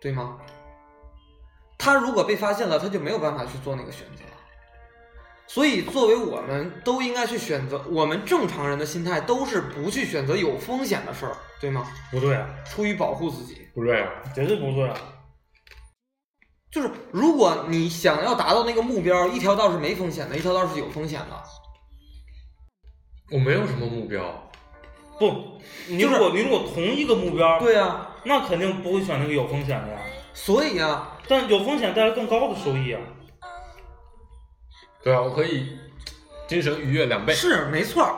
Speaker 5: 对吗？他如果被发现了，他就没有办法去做那个选择。所以，作为我们都应该去选择，我们正常人的心态都是不去选择有风险的事儿，对吗？
Speaker 3: 不对啊，
Speaker 5: 出于保护自己。
Speaker 4: 不对啊，
Speaker 3: 绝对不对啊。
Speaker 5: 就是如果你想要达到那个目标，一条道是没风险的，一条道是有风险的。
Speaker 4: 我没有什么目标。
Speaker 3: 不，你
Speaker 5: 就
Speaker 3: 如
Speaker 5: 是
Speaker 3: 果、你如果同一个目标，
Speaker 5: 对啊，
Speaker 3: 那肯定不会选那个有风险的呀。
Speaker 5: 所以啊，
Speaker 3: 但有风险带来更高的收益啊。
Speaker 4: 对啊，我可以精神愉悦两倍。
Speaker 5: 是没错儿。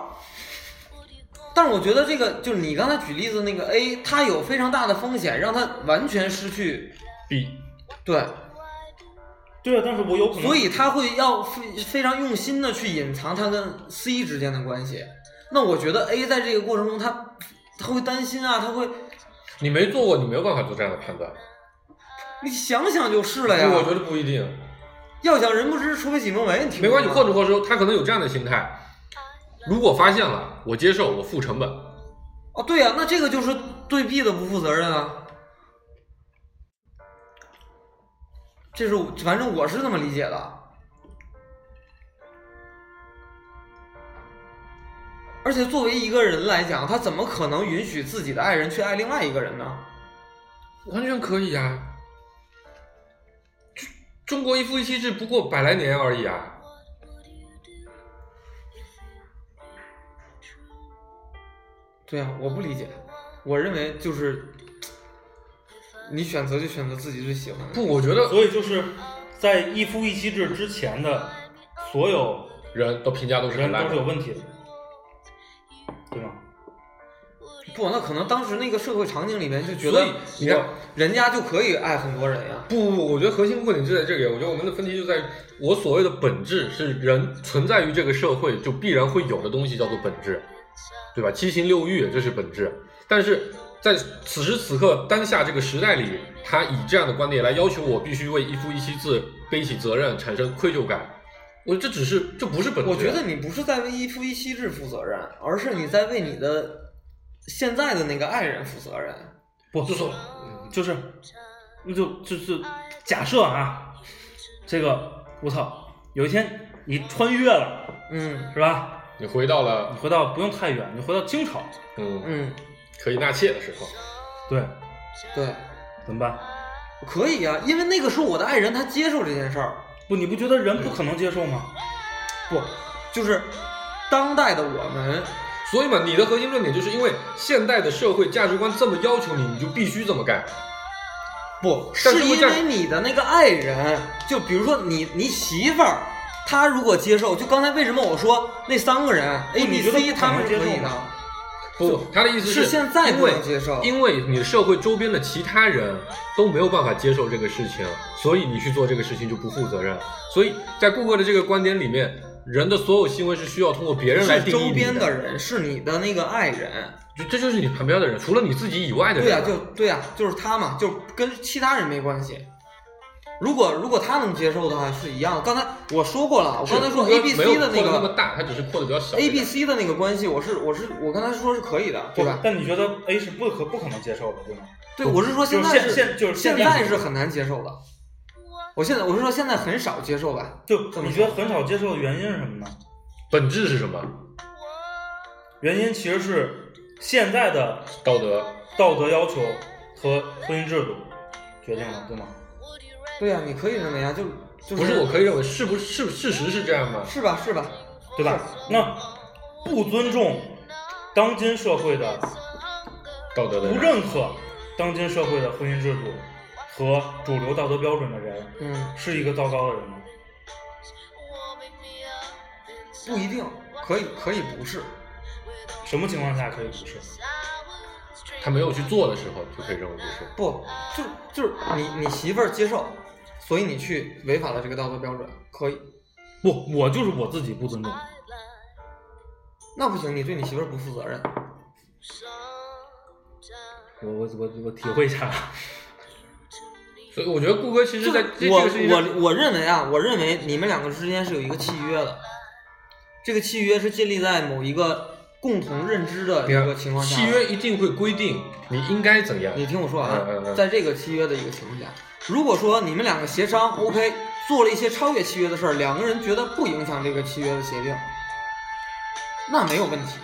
Speaker 5: 但是我觉得这个就是你刚才举例子那个 A，它有非常大的风险，让它完全失去
Speaker 4: B
Speaker 5: 对，
Speaker 3: 对啊，但是我有可能，
Speaker 5: 所以他会要非非常用心的去隐藏他跟 C 之间的关系。那我觉得 A 在这个过程中，他他会担心啊，他会
Speaker 4: 你没做过，你没有办法做这样的判断。
Speaker 5: 你想想就是了呀。
Speaker 4: 我觉得不一定，
Speaker 5: 要想人不知，除非己莫为，你听
Speaker 4: 没关系。
Speaker 5: 过吗
Speaker 4: 换句话说，他可能有这样的心态：如果发现了，我接受，我付成本。
Speaker 5: 哦，对呀、那这个就是对 B 的不负责任啊。这是我反正我是这么理解的。而且作为一个人来讲，他怎么可能允许自己的爱人去爱另外一个人呢？
Speaker 4: 完全可以啊。中中国一夫一妻制不过百来年而已啊。
Speaker 5: 对呀、我不理解。我认为就是你选择就选择自己最喜欢的。
Speaker 4: 不，我觉得
Speaker 3: 所以就是在一夫一妻制之前的所有
Speaker 4: 人的评价都是
Speaker 3: 人
Speaker 4: 很烂
Speaker 3: 都是有
Speaker 4: 的。
Speaker 3: 问题的，对吗？
Speaker 5: 不，那可能当时那个社会场景里面就觉
Speaker 4: 所
Speaker 5: 得
Speaker 4: 以你看
Speaker 5: 我人家就可以爱很多人呀、
Speaker 4: 不不不，我觉得核心问题就在这里。我觉得我们的分歧就在于，我所谓的本质是人存在于这个社会就必然会有的东西叫做本质，对吧？七情六欲这是本质，但是在此时此刻当下这个时代里，他以这样的观点来要求我必须为一夫一妻制背起责任，产生愧疚感。我这只是这不是本质。啊
Speaker 5: 我觉得你不是在为一夫一妻制负责任，而是你在为你的现在的那个爱人负责任。
Speaker 3: 不，就是就是，那就就是假设啊，这个我操，有一天你穿越了，
Speaker 5: 嗯
Speaker 3: 是吧？
Speaker 4: 你回到了
Speaker 3: 你回到不用太远，你回到清朝，
Speaker 4: 嗯
Speaker 5: 嗯，
Speaker 4: 可以纳妾的时候，
Speaker 3: 对，
Speaker 5: 对，
Speaker 3: 怎么办？
Speaker 5: 可以啊，因为那个时候我的爱人他接受这件事儿，
Speaker 3: 不，你不觉得人不可能接受吗？
Speaker 5: 不，就是当代的我们，
Speaker 4: 所以嘛，你的核心论点就是因为现代的社会价值观这么要求你，你就必须这么干。
Speaker 5: 不
Speaker 4: 但是
Speaker 5: 是因
Speaker 4: 这
Speaker 5: 为你的那个爱人，就比如说你你媳妇儿，他如果接受，就刚才为什么我说那三个人哎 A、B、
Speaker 3: 你觉得
Speaker 5: C
Speaker 3: 不可能
Speaker 5: 他们是可以
Speaker 3: 接受
Speaker 5: 的
Speaker 3: 吗，
Speaker 4: 不，他的意思
Speaker 5: 是现在
Speaker 4: 因
Speaker 5: 不
Speaker 4: 为
Speaker 5: 能接受
Speaker 4: 因为你社会周边的其他人都没有办法接受这个事情，所以你去做这个事情就不负责任。所以在顾客的这个观点里面，人的所有行为是需要通过别人来
Speaker 5: 是
Speaker 4: 定义
Speaker 5: 周边
Speaker 4: 你
Speaker 5: 的，人，是你的那个爱人。
Speaker 4: 就这就是你旁边的人，除了你自己以外 [LAUGHS] 的人。
Speaker 5: 对啊呀、就对呀、就是他嘛，就跟其他人没关系。如果如果他能接受的话是一样的。刚才我说过了，我
Speaker 4: 是
Speaker 5: 刚才说
Speaker 4: 顾客
Speaker 5: A、B、
Speaker 4: 没有
Speaker 5: C 的那
Speaker 4: 扩得那么
Speaker 5: 个
Speaker 4: 大，他只是扩的比较小一
Speaker 5: A、B、
Speaker 4: 点。
Speaker 5: C 的那个关系，我是我是我刚才说是可以的，对吧？
Speaker 3: 但你觉得 A 是不可不可能接受的，对吗？
Speaker 5: 对，我是说
Speaker 3: 就是
Speaker 5: 在
Speaker 3: 现
Speaker 5: 是
Speaker 3: 现就是
Speaker 5: 现
Speaker 3: 现
Speaker 5: 在是很难接受的。我现在我是说现在很少接受吧，
Speaker 3: 就你觉得很少接受的原因是什么呢？
Speaker 4: 本质是什么？
Speaker 3: 原因其实是现在的
Speaker 4: 道德。
Speaker 3: 道德要求和婚姻制度决定的，对吗？
Speaker 5: 对呀、你可以认为啊，就就是
Speaker 4: 不是我可以认为是不是是事实是这样吗？
Speaker 5: 是吧是吧？
Speaker 3: 对吧？那不尊重当今社会的，
Speaker 4: 道德的人
Speaker 3: 不认可当今社会的婚姻制度和主流道德标准的人，
Speaker 5: 嗯，
Speaker 3: 是一个糟糕的人吗？
Speaker 5: 不一定，可以可以不是，
Speaker 3: 什么情况下可以不是？
Speaker 4: 他没有去做的时候就可以认为不是。
Speaker 5: 不就就是你你媳妇儿接受，所以你去违反了这个道德标准，可以。
Speaker 3: 不，我就是我自己不尊重。
Speaker 5: 那不行，你对你媳妇儿不负责任。
Speaker 3: 我我我我体会一下，
Speaker 4: 所以我觉得顾哥其实在这
Speaker 5: 我
Speaker 4: 这个事情上
Speaker 5: 我我认为啊，我认为你们两个之间是有一个契约的，这个契约是建立在某一个共同认知的一
Speaker 4: 你看
Speaker 5: 个情况下。
Speaker 4: 契约，一定会规定你应该怎样。
Speaker 5: 你听我说啊
Speaker 4: 嗯嗯，嗯
Speaker 5: 在这个契约的一个情况下，如果说你们两个协商 OK，做了一些超越契约的事儿，两个人觉得不影响这个契约的协定，那没有问题。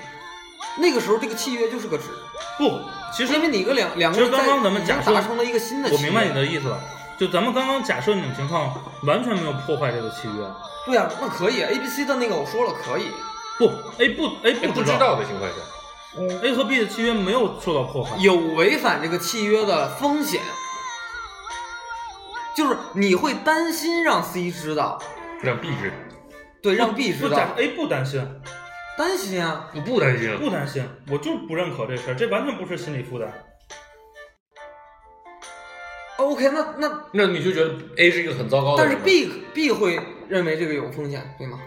Speaker 5: 那个时候这个契约就是个纸，
Speaker 3: [LAUGHS] 不，其实
Speaker 5: 因为你跟两两个
Speaker 3: 其实
Speaker 5: 人
Speaker 3: 刚刚
Speaker 5: 在
Speaker 3: 咱们
Speaker 5: 已经
Speaker 3: 假设
Speaker 5: 达成了一个新的契
Speaker 3: 我
Speaker 5: 约，
Speaker 3: 明白你的意思了。就咱们刚刚假设那种情况，完全没有破坏这个契约。
Speaker 5: 对啊，那可以，A B C 的那个我说了可以，
Speaker 3: 不，A 不 A
Speaker 4: 哎不
Speaker 3: 不
Speaker 4: 知道的情况下，
Speaker 3: A 和 B 的契约没有受到破坏。
Speaker 5: 有违反这个契约的风险，就是你会担心让 C 知道，
Speaker 4: 让 B 知。
Speaker 5: 对，让 B
Speaker 3: 不
Speaker 5: 知
Speaker 3: 假
Speaker 5: 道，
Speaker 3: A 不担心，
Speaker 5: 担心啊，
Speaker 4: 我不担心，
Speaker 3: 不担心，我就是不认可这事儿，这完全不是心理负担。
Speaker 5: OK，那那
Speaker 4: 那你就觉得 A 是一个很糟糕的
Speaker 5: 但
Speaker 4: 人
Speaker 5: 是
Speaker 4: 吗
Speaker 5: B B 会认为这个有风险，对吗？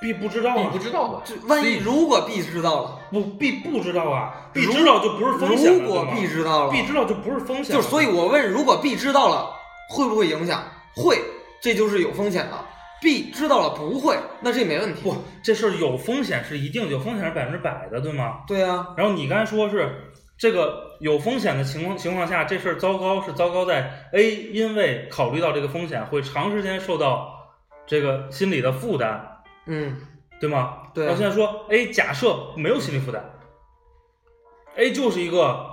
Speaker 3: B 不知道
Speaker 4: B
Speaker 3: 啊，
Speaker 4: 不知道吧？
Speaker 5: 就万一
Speaker 4: C-
Speaker 5: 如果 B 知道了，
Speaker 3: 不 B 不知道啊，B
Speaker 5: 如
Speaker 3: 知道就不是风险了
Speaker 5: 如果
Speaker 3: 对吗
Speaker 5: B 知道了
Speaker 3: ，B 知道就不是风险
Speaker 5: 就
Speaker 3: 了，
Speaker 5: 是所以我问，如果 B 知道了，会不会影响？会，这就是有风险的。B 知道了不会，那这没问题。
Speaker 3: 不这事儿有风险是一定有风险是百分之百的，对吗？
Speaker 5: 对啊，
Speaker 3: 然后你刚才说是这个有风险的情况情况下，这事儿糟糕是糟糕在 A 因为考虑到这个风险会长时间受到这个心理的负担，
Speaker 5: 嗯，
Speaker 3: 对吗？
Speaker 5: 对
Speaker 3: 我现在说 A 假设没有心理负担，A 就是一个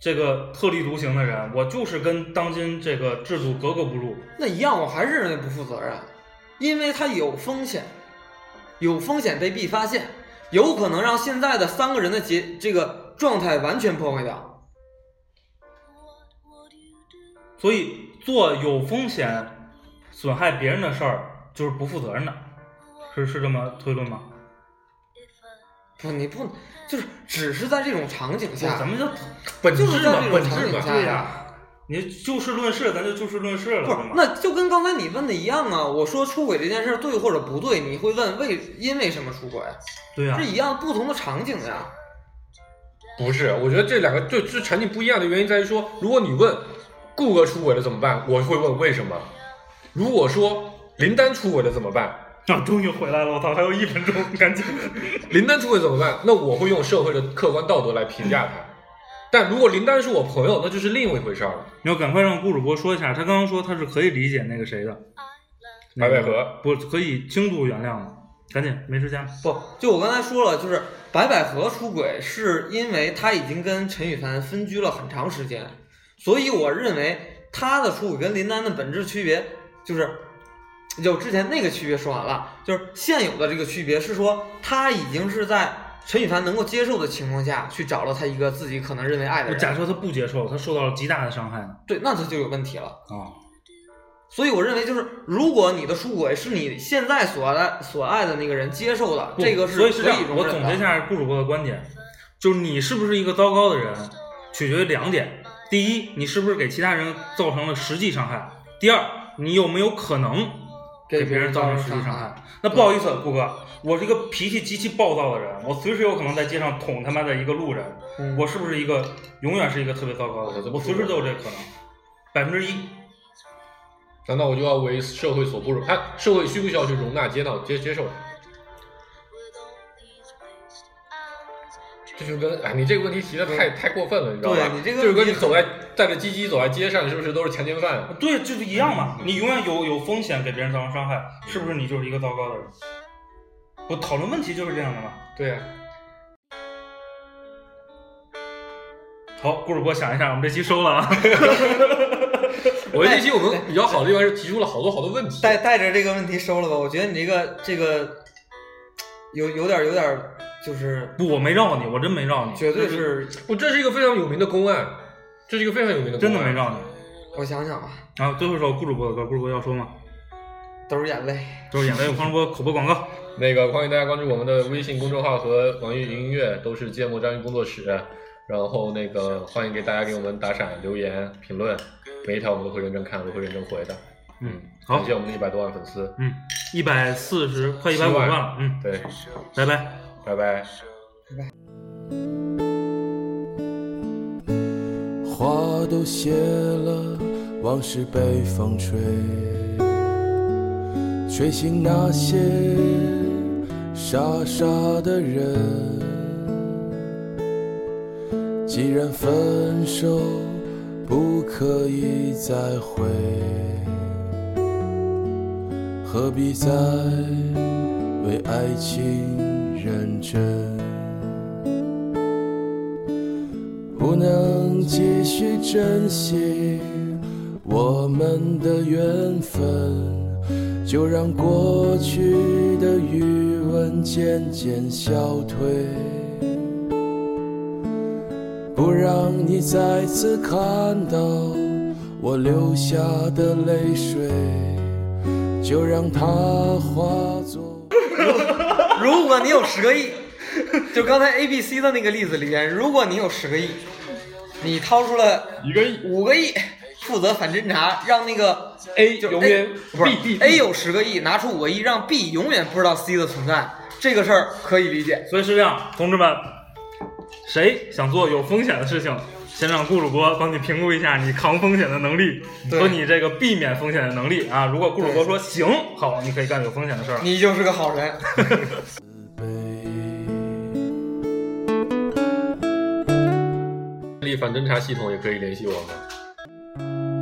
Speaker 3: 这个特立独行的人，我就是跟当今这个制度格格不入。
Speaker 5: 那一样，我还是认为不负责任，因为它有风险，有风险被 B 发现，有可能让现在的三个人的结这个状态完全破坏掉。
Speaker 3: 所以做有风险损害别人的事儿就是不负责任的，是是这么推论吗？
Speaker 5: 不，你不就是只是啊在这种场景下，
Speaker 3: 哦咱们就
Speaker 4: 本质
Speaker 5: 就是在
Speaker 4: 嘛
Speaker 5: 这，
Speaker 4: 本
Speaker 5: 种场
Speaker 4: 质
Speaker 5: 景
Speaker 4: 嘛。
Speaker 5: 下，
Speaker 3: 对呀、你就事论事，咱就就事论事了，
Speaker 5: 不是
Speaker 3: 对吗，
Speaker 5: 那就跟刚才你问的一样啊。我说出轨这件事儿对或者不对，你会问为因为什么出轨，
Speaker 3: 对呀、
Speaker 5: 是啊一样不同的场景呀。
Speaker 4: 不是，啊我觉得这两个对这场景不一样的原因在于说，如果你问顾哥出轨了怎么办，我会问为什么；如果说林丹出轨了怎么办，
Speaker 3: 啊，终于回来了，我操，还有一分钟，赶紧。 [LAUGHS]
Speaker 4: 林丹出轨怎么办？那我会用社会的客观道德来评价他。但如果林丹是我朋友，那就是另一回事儿了。
Speaker 3: 你要赶快让顾主播说一下，他刚刚说他是可以理解那个谁的，
Speaker 4: 白百
Speaker 3: 那个
Speaker 4: 合
Speaker 3: 不可以轻度原谅的，赶紧，没时间了。
Speaker 5: 不，就我刚才说了，就是白百合出轨是因为她已经跟陈羽凡分居了很长时间，所以我认为她的出轨跟林丹的本质区别就是，就之前那个区别说完了，就是现有的这个区别是说她已经是在陈羽凡能够接受的情况下去找了他一个自己可能认为爱的
Speaker 3: 我
Speaker 5: 人，
Speaker 3: 假设他不接受，他受到了极大的伤害呢哦
Speaker 5: 对，那他就有问题了。
Speaker 3: 啊，
Speaker 5: 所以我认为就是，如果你的出轨是你现在所爱所爱的那个人接受的，这个是
Speaker 3: 所以
Speaker 5: 可
Speaker 3: 是这样
Speaker 5: 以，容
Speaker 3: 我
Speaker 5: 忍
Speaker 3: 总
Speaker 5: 的
Speaker 3: 结一下顾主播的观点，就是你是不是一个糟糕的人，取决于两点：第一，你是不是给其他人造成了实际伤害；第二，你有没有可能给
Speaker 5: 给
Speaker 3: 别
Speaker 5: 别
Speaker 3: 人
Speaker 5: 人
Speaker 3: 造
Speaker 5: 造
Speaker 3: 成
Speaker 5: 成
Speaker 3: 实际伤
Speaker 5: 伤
Speaker 3: 害
Speaker 5: 害？
Speaker 3: 那不好意思，顾哥，我是一个脾气极其暴躁的人，我随时有可能在街上捅他妈的一个路人，
Speaker 5: 嗯
Speaker 3: 我是不是一个永远是一个特别糟糕的人？我随时都有这个可能，百分之一。
Speaker 4: 难道我就要为社会所不容？哎，社会需不需要去容纳、接纳、接接受？这就跟哎，你这个问题提的太太过分了，你知道吧？
Speaker 5: 嗯对你这个
Speaker 4: 就是跟
Speaker 5: 问
Speaker 4: 你
Speaker 5: 题
Speaker 4: 走在带着鸡鸡走在街上，是不是都是强奸犯？啊
Speaker 3: 对，就是一样嘛。你永远有有风险给别人造成伤害，是不是你就是一个糟糕的人？我讨论问题就是这样的嘛。
Speaker 4: 对啊呀、
Speaker 3: 好，顾主播想一下，我们这期收了啊。 [LAUGHS]
Speaker 4: 我觉得这期我们比较好的地方是提出了好多好多问题。
Speaker 5: 带带着这个问题收了吧。我觉得你这个这个有有点有点就是
Speaker 3: 不，我没绕你，我真没绕你，
Speaker 5: 绝对是，
Speaker 4: 我这是一个非常有名的公案，这是一个非常有名的公
Speaker 3: 真
Speaker 4: 案，
Speaker 3: 的没绕你。
Speaker 5: 我想想吧，
Speaker 3: 然后最后一首顾主播的歌，顾主播要说吗？
Speaker 5: 都是眼泪。
Speaker 3: 都是眼泪，黄主播口播广告。
Speaker 4: 那个欢迎大家关注我们的微信公众号和网易云音乐，都是芥末章鱼工作室。然后那个欢迎给大家给我们打赏、留言、评论，每一条我们都会认真看，都会认真回的。
Speaker 3: 嗯，好
Speaker 4: 感谢，我们的一百多万粉丝，
Speaker 3: 嗯，一百四十，快一
Speaker 4: 希
Speaker 3: 百
Speaker 4: 望
Speaker 3: 五万了，嗯，
Speaker 4: 对，
Speaker 3: 拜拜。
Speaker 4: 拜拜。
Speaker 9: 花都谢了，往事被风吹，吹醒那些傻傻的人。既然分手不可以再回，何必再为爱情认真？不能继续珍惜我们的缘分，就让过去的余温渐渐消退，不让你再次看到我流下的泪水，就让它化作。
Speaker 5: 如果你有十个亿， [LAUGHS] 就刚才 A、B、C 的那个例子里边，如果你有十个亿，你掏出了
Speaker 4: 一个亿
Speaker 5: 五个亿，负责反侦查，让那个
Speaker 4: A
Speaker 5: 就是
Speaker 4: 永
Speaker 5: A-
Speaker 4: 远
Speaker 3: 哎
Speaker 5: 不是哎
Speaker 4: B B
Speaker 5: A 有十个亿，拿出五个亿，让 B 永远不知道 C 的存在，这个事儿可以理解。
Speaker 3: 所以是这样，同志们，谁想做有风险的事情，先让顾主播帮你评估一下你扛风险的能力
Speaker 5: 对
Speaker 3: 和你这个避免风险的能力啊。如果顾主播
Speaker 5: 对
Speaker 3: 说行，好，你可以干有风险的事儿了。
Speaker 5: 你就是个好人。
Speaker 9: 悲。
Speaker 4: 建立反侦查系统也可以联系我们。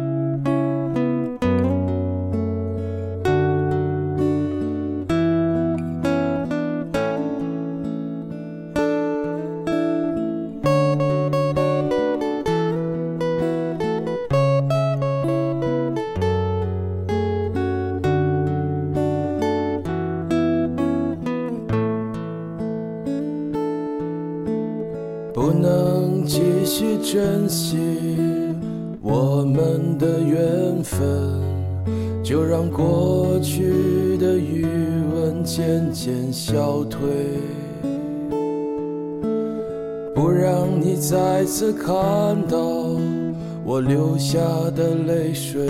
Speaker 9: 不能继续珍惜我们的缘分，就让过去的余温渐渐消退，不让你再次看到我流下的泪水，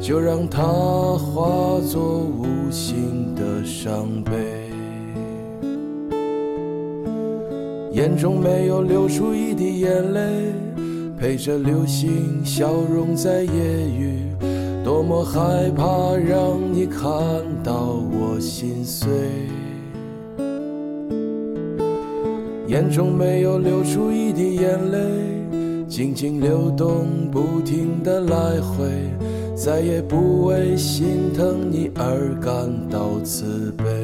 Speaker 9: 就让它化作无形的伤悲。眼中没有流出一滴眼泪，陪着流星消融在夜雨。多么害怕让你看到我心碎。眼中没有流出一滴眼泪，静静流动，不停的来回，再也不为心疼你而感到慈悲。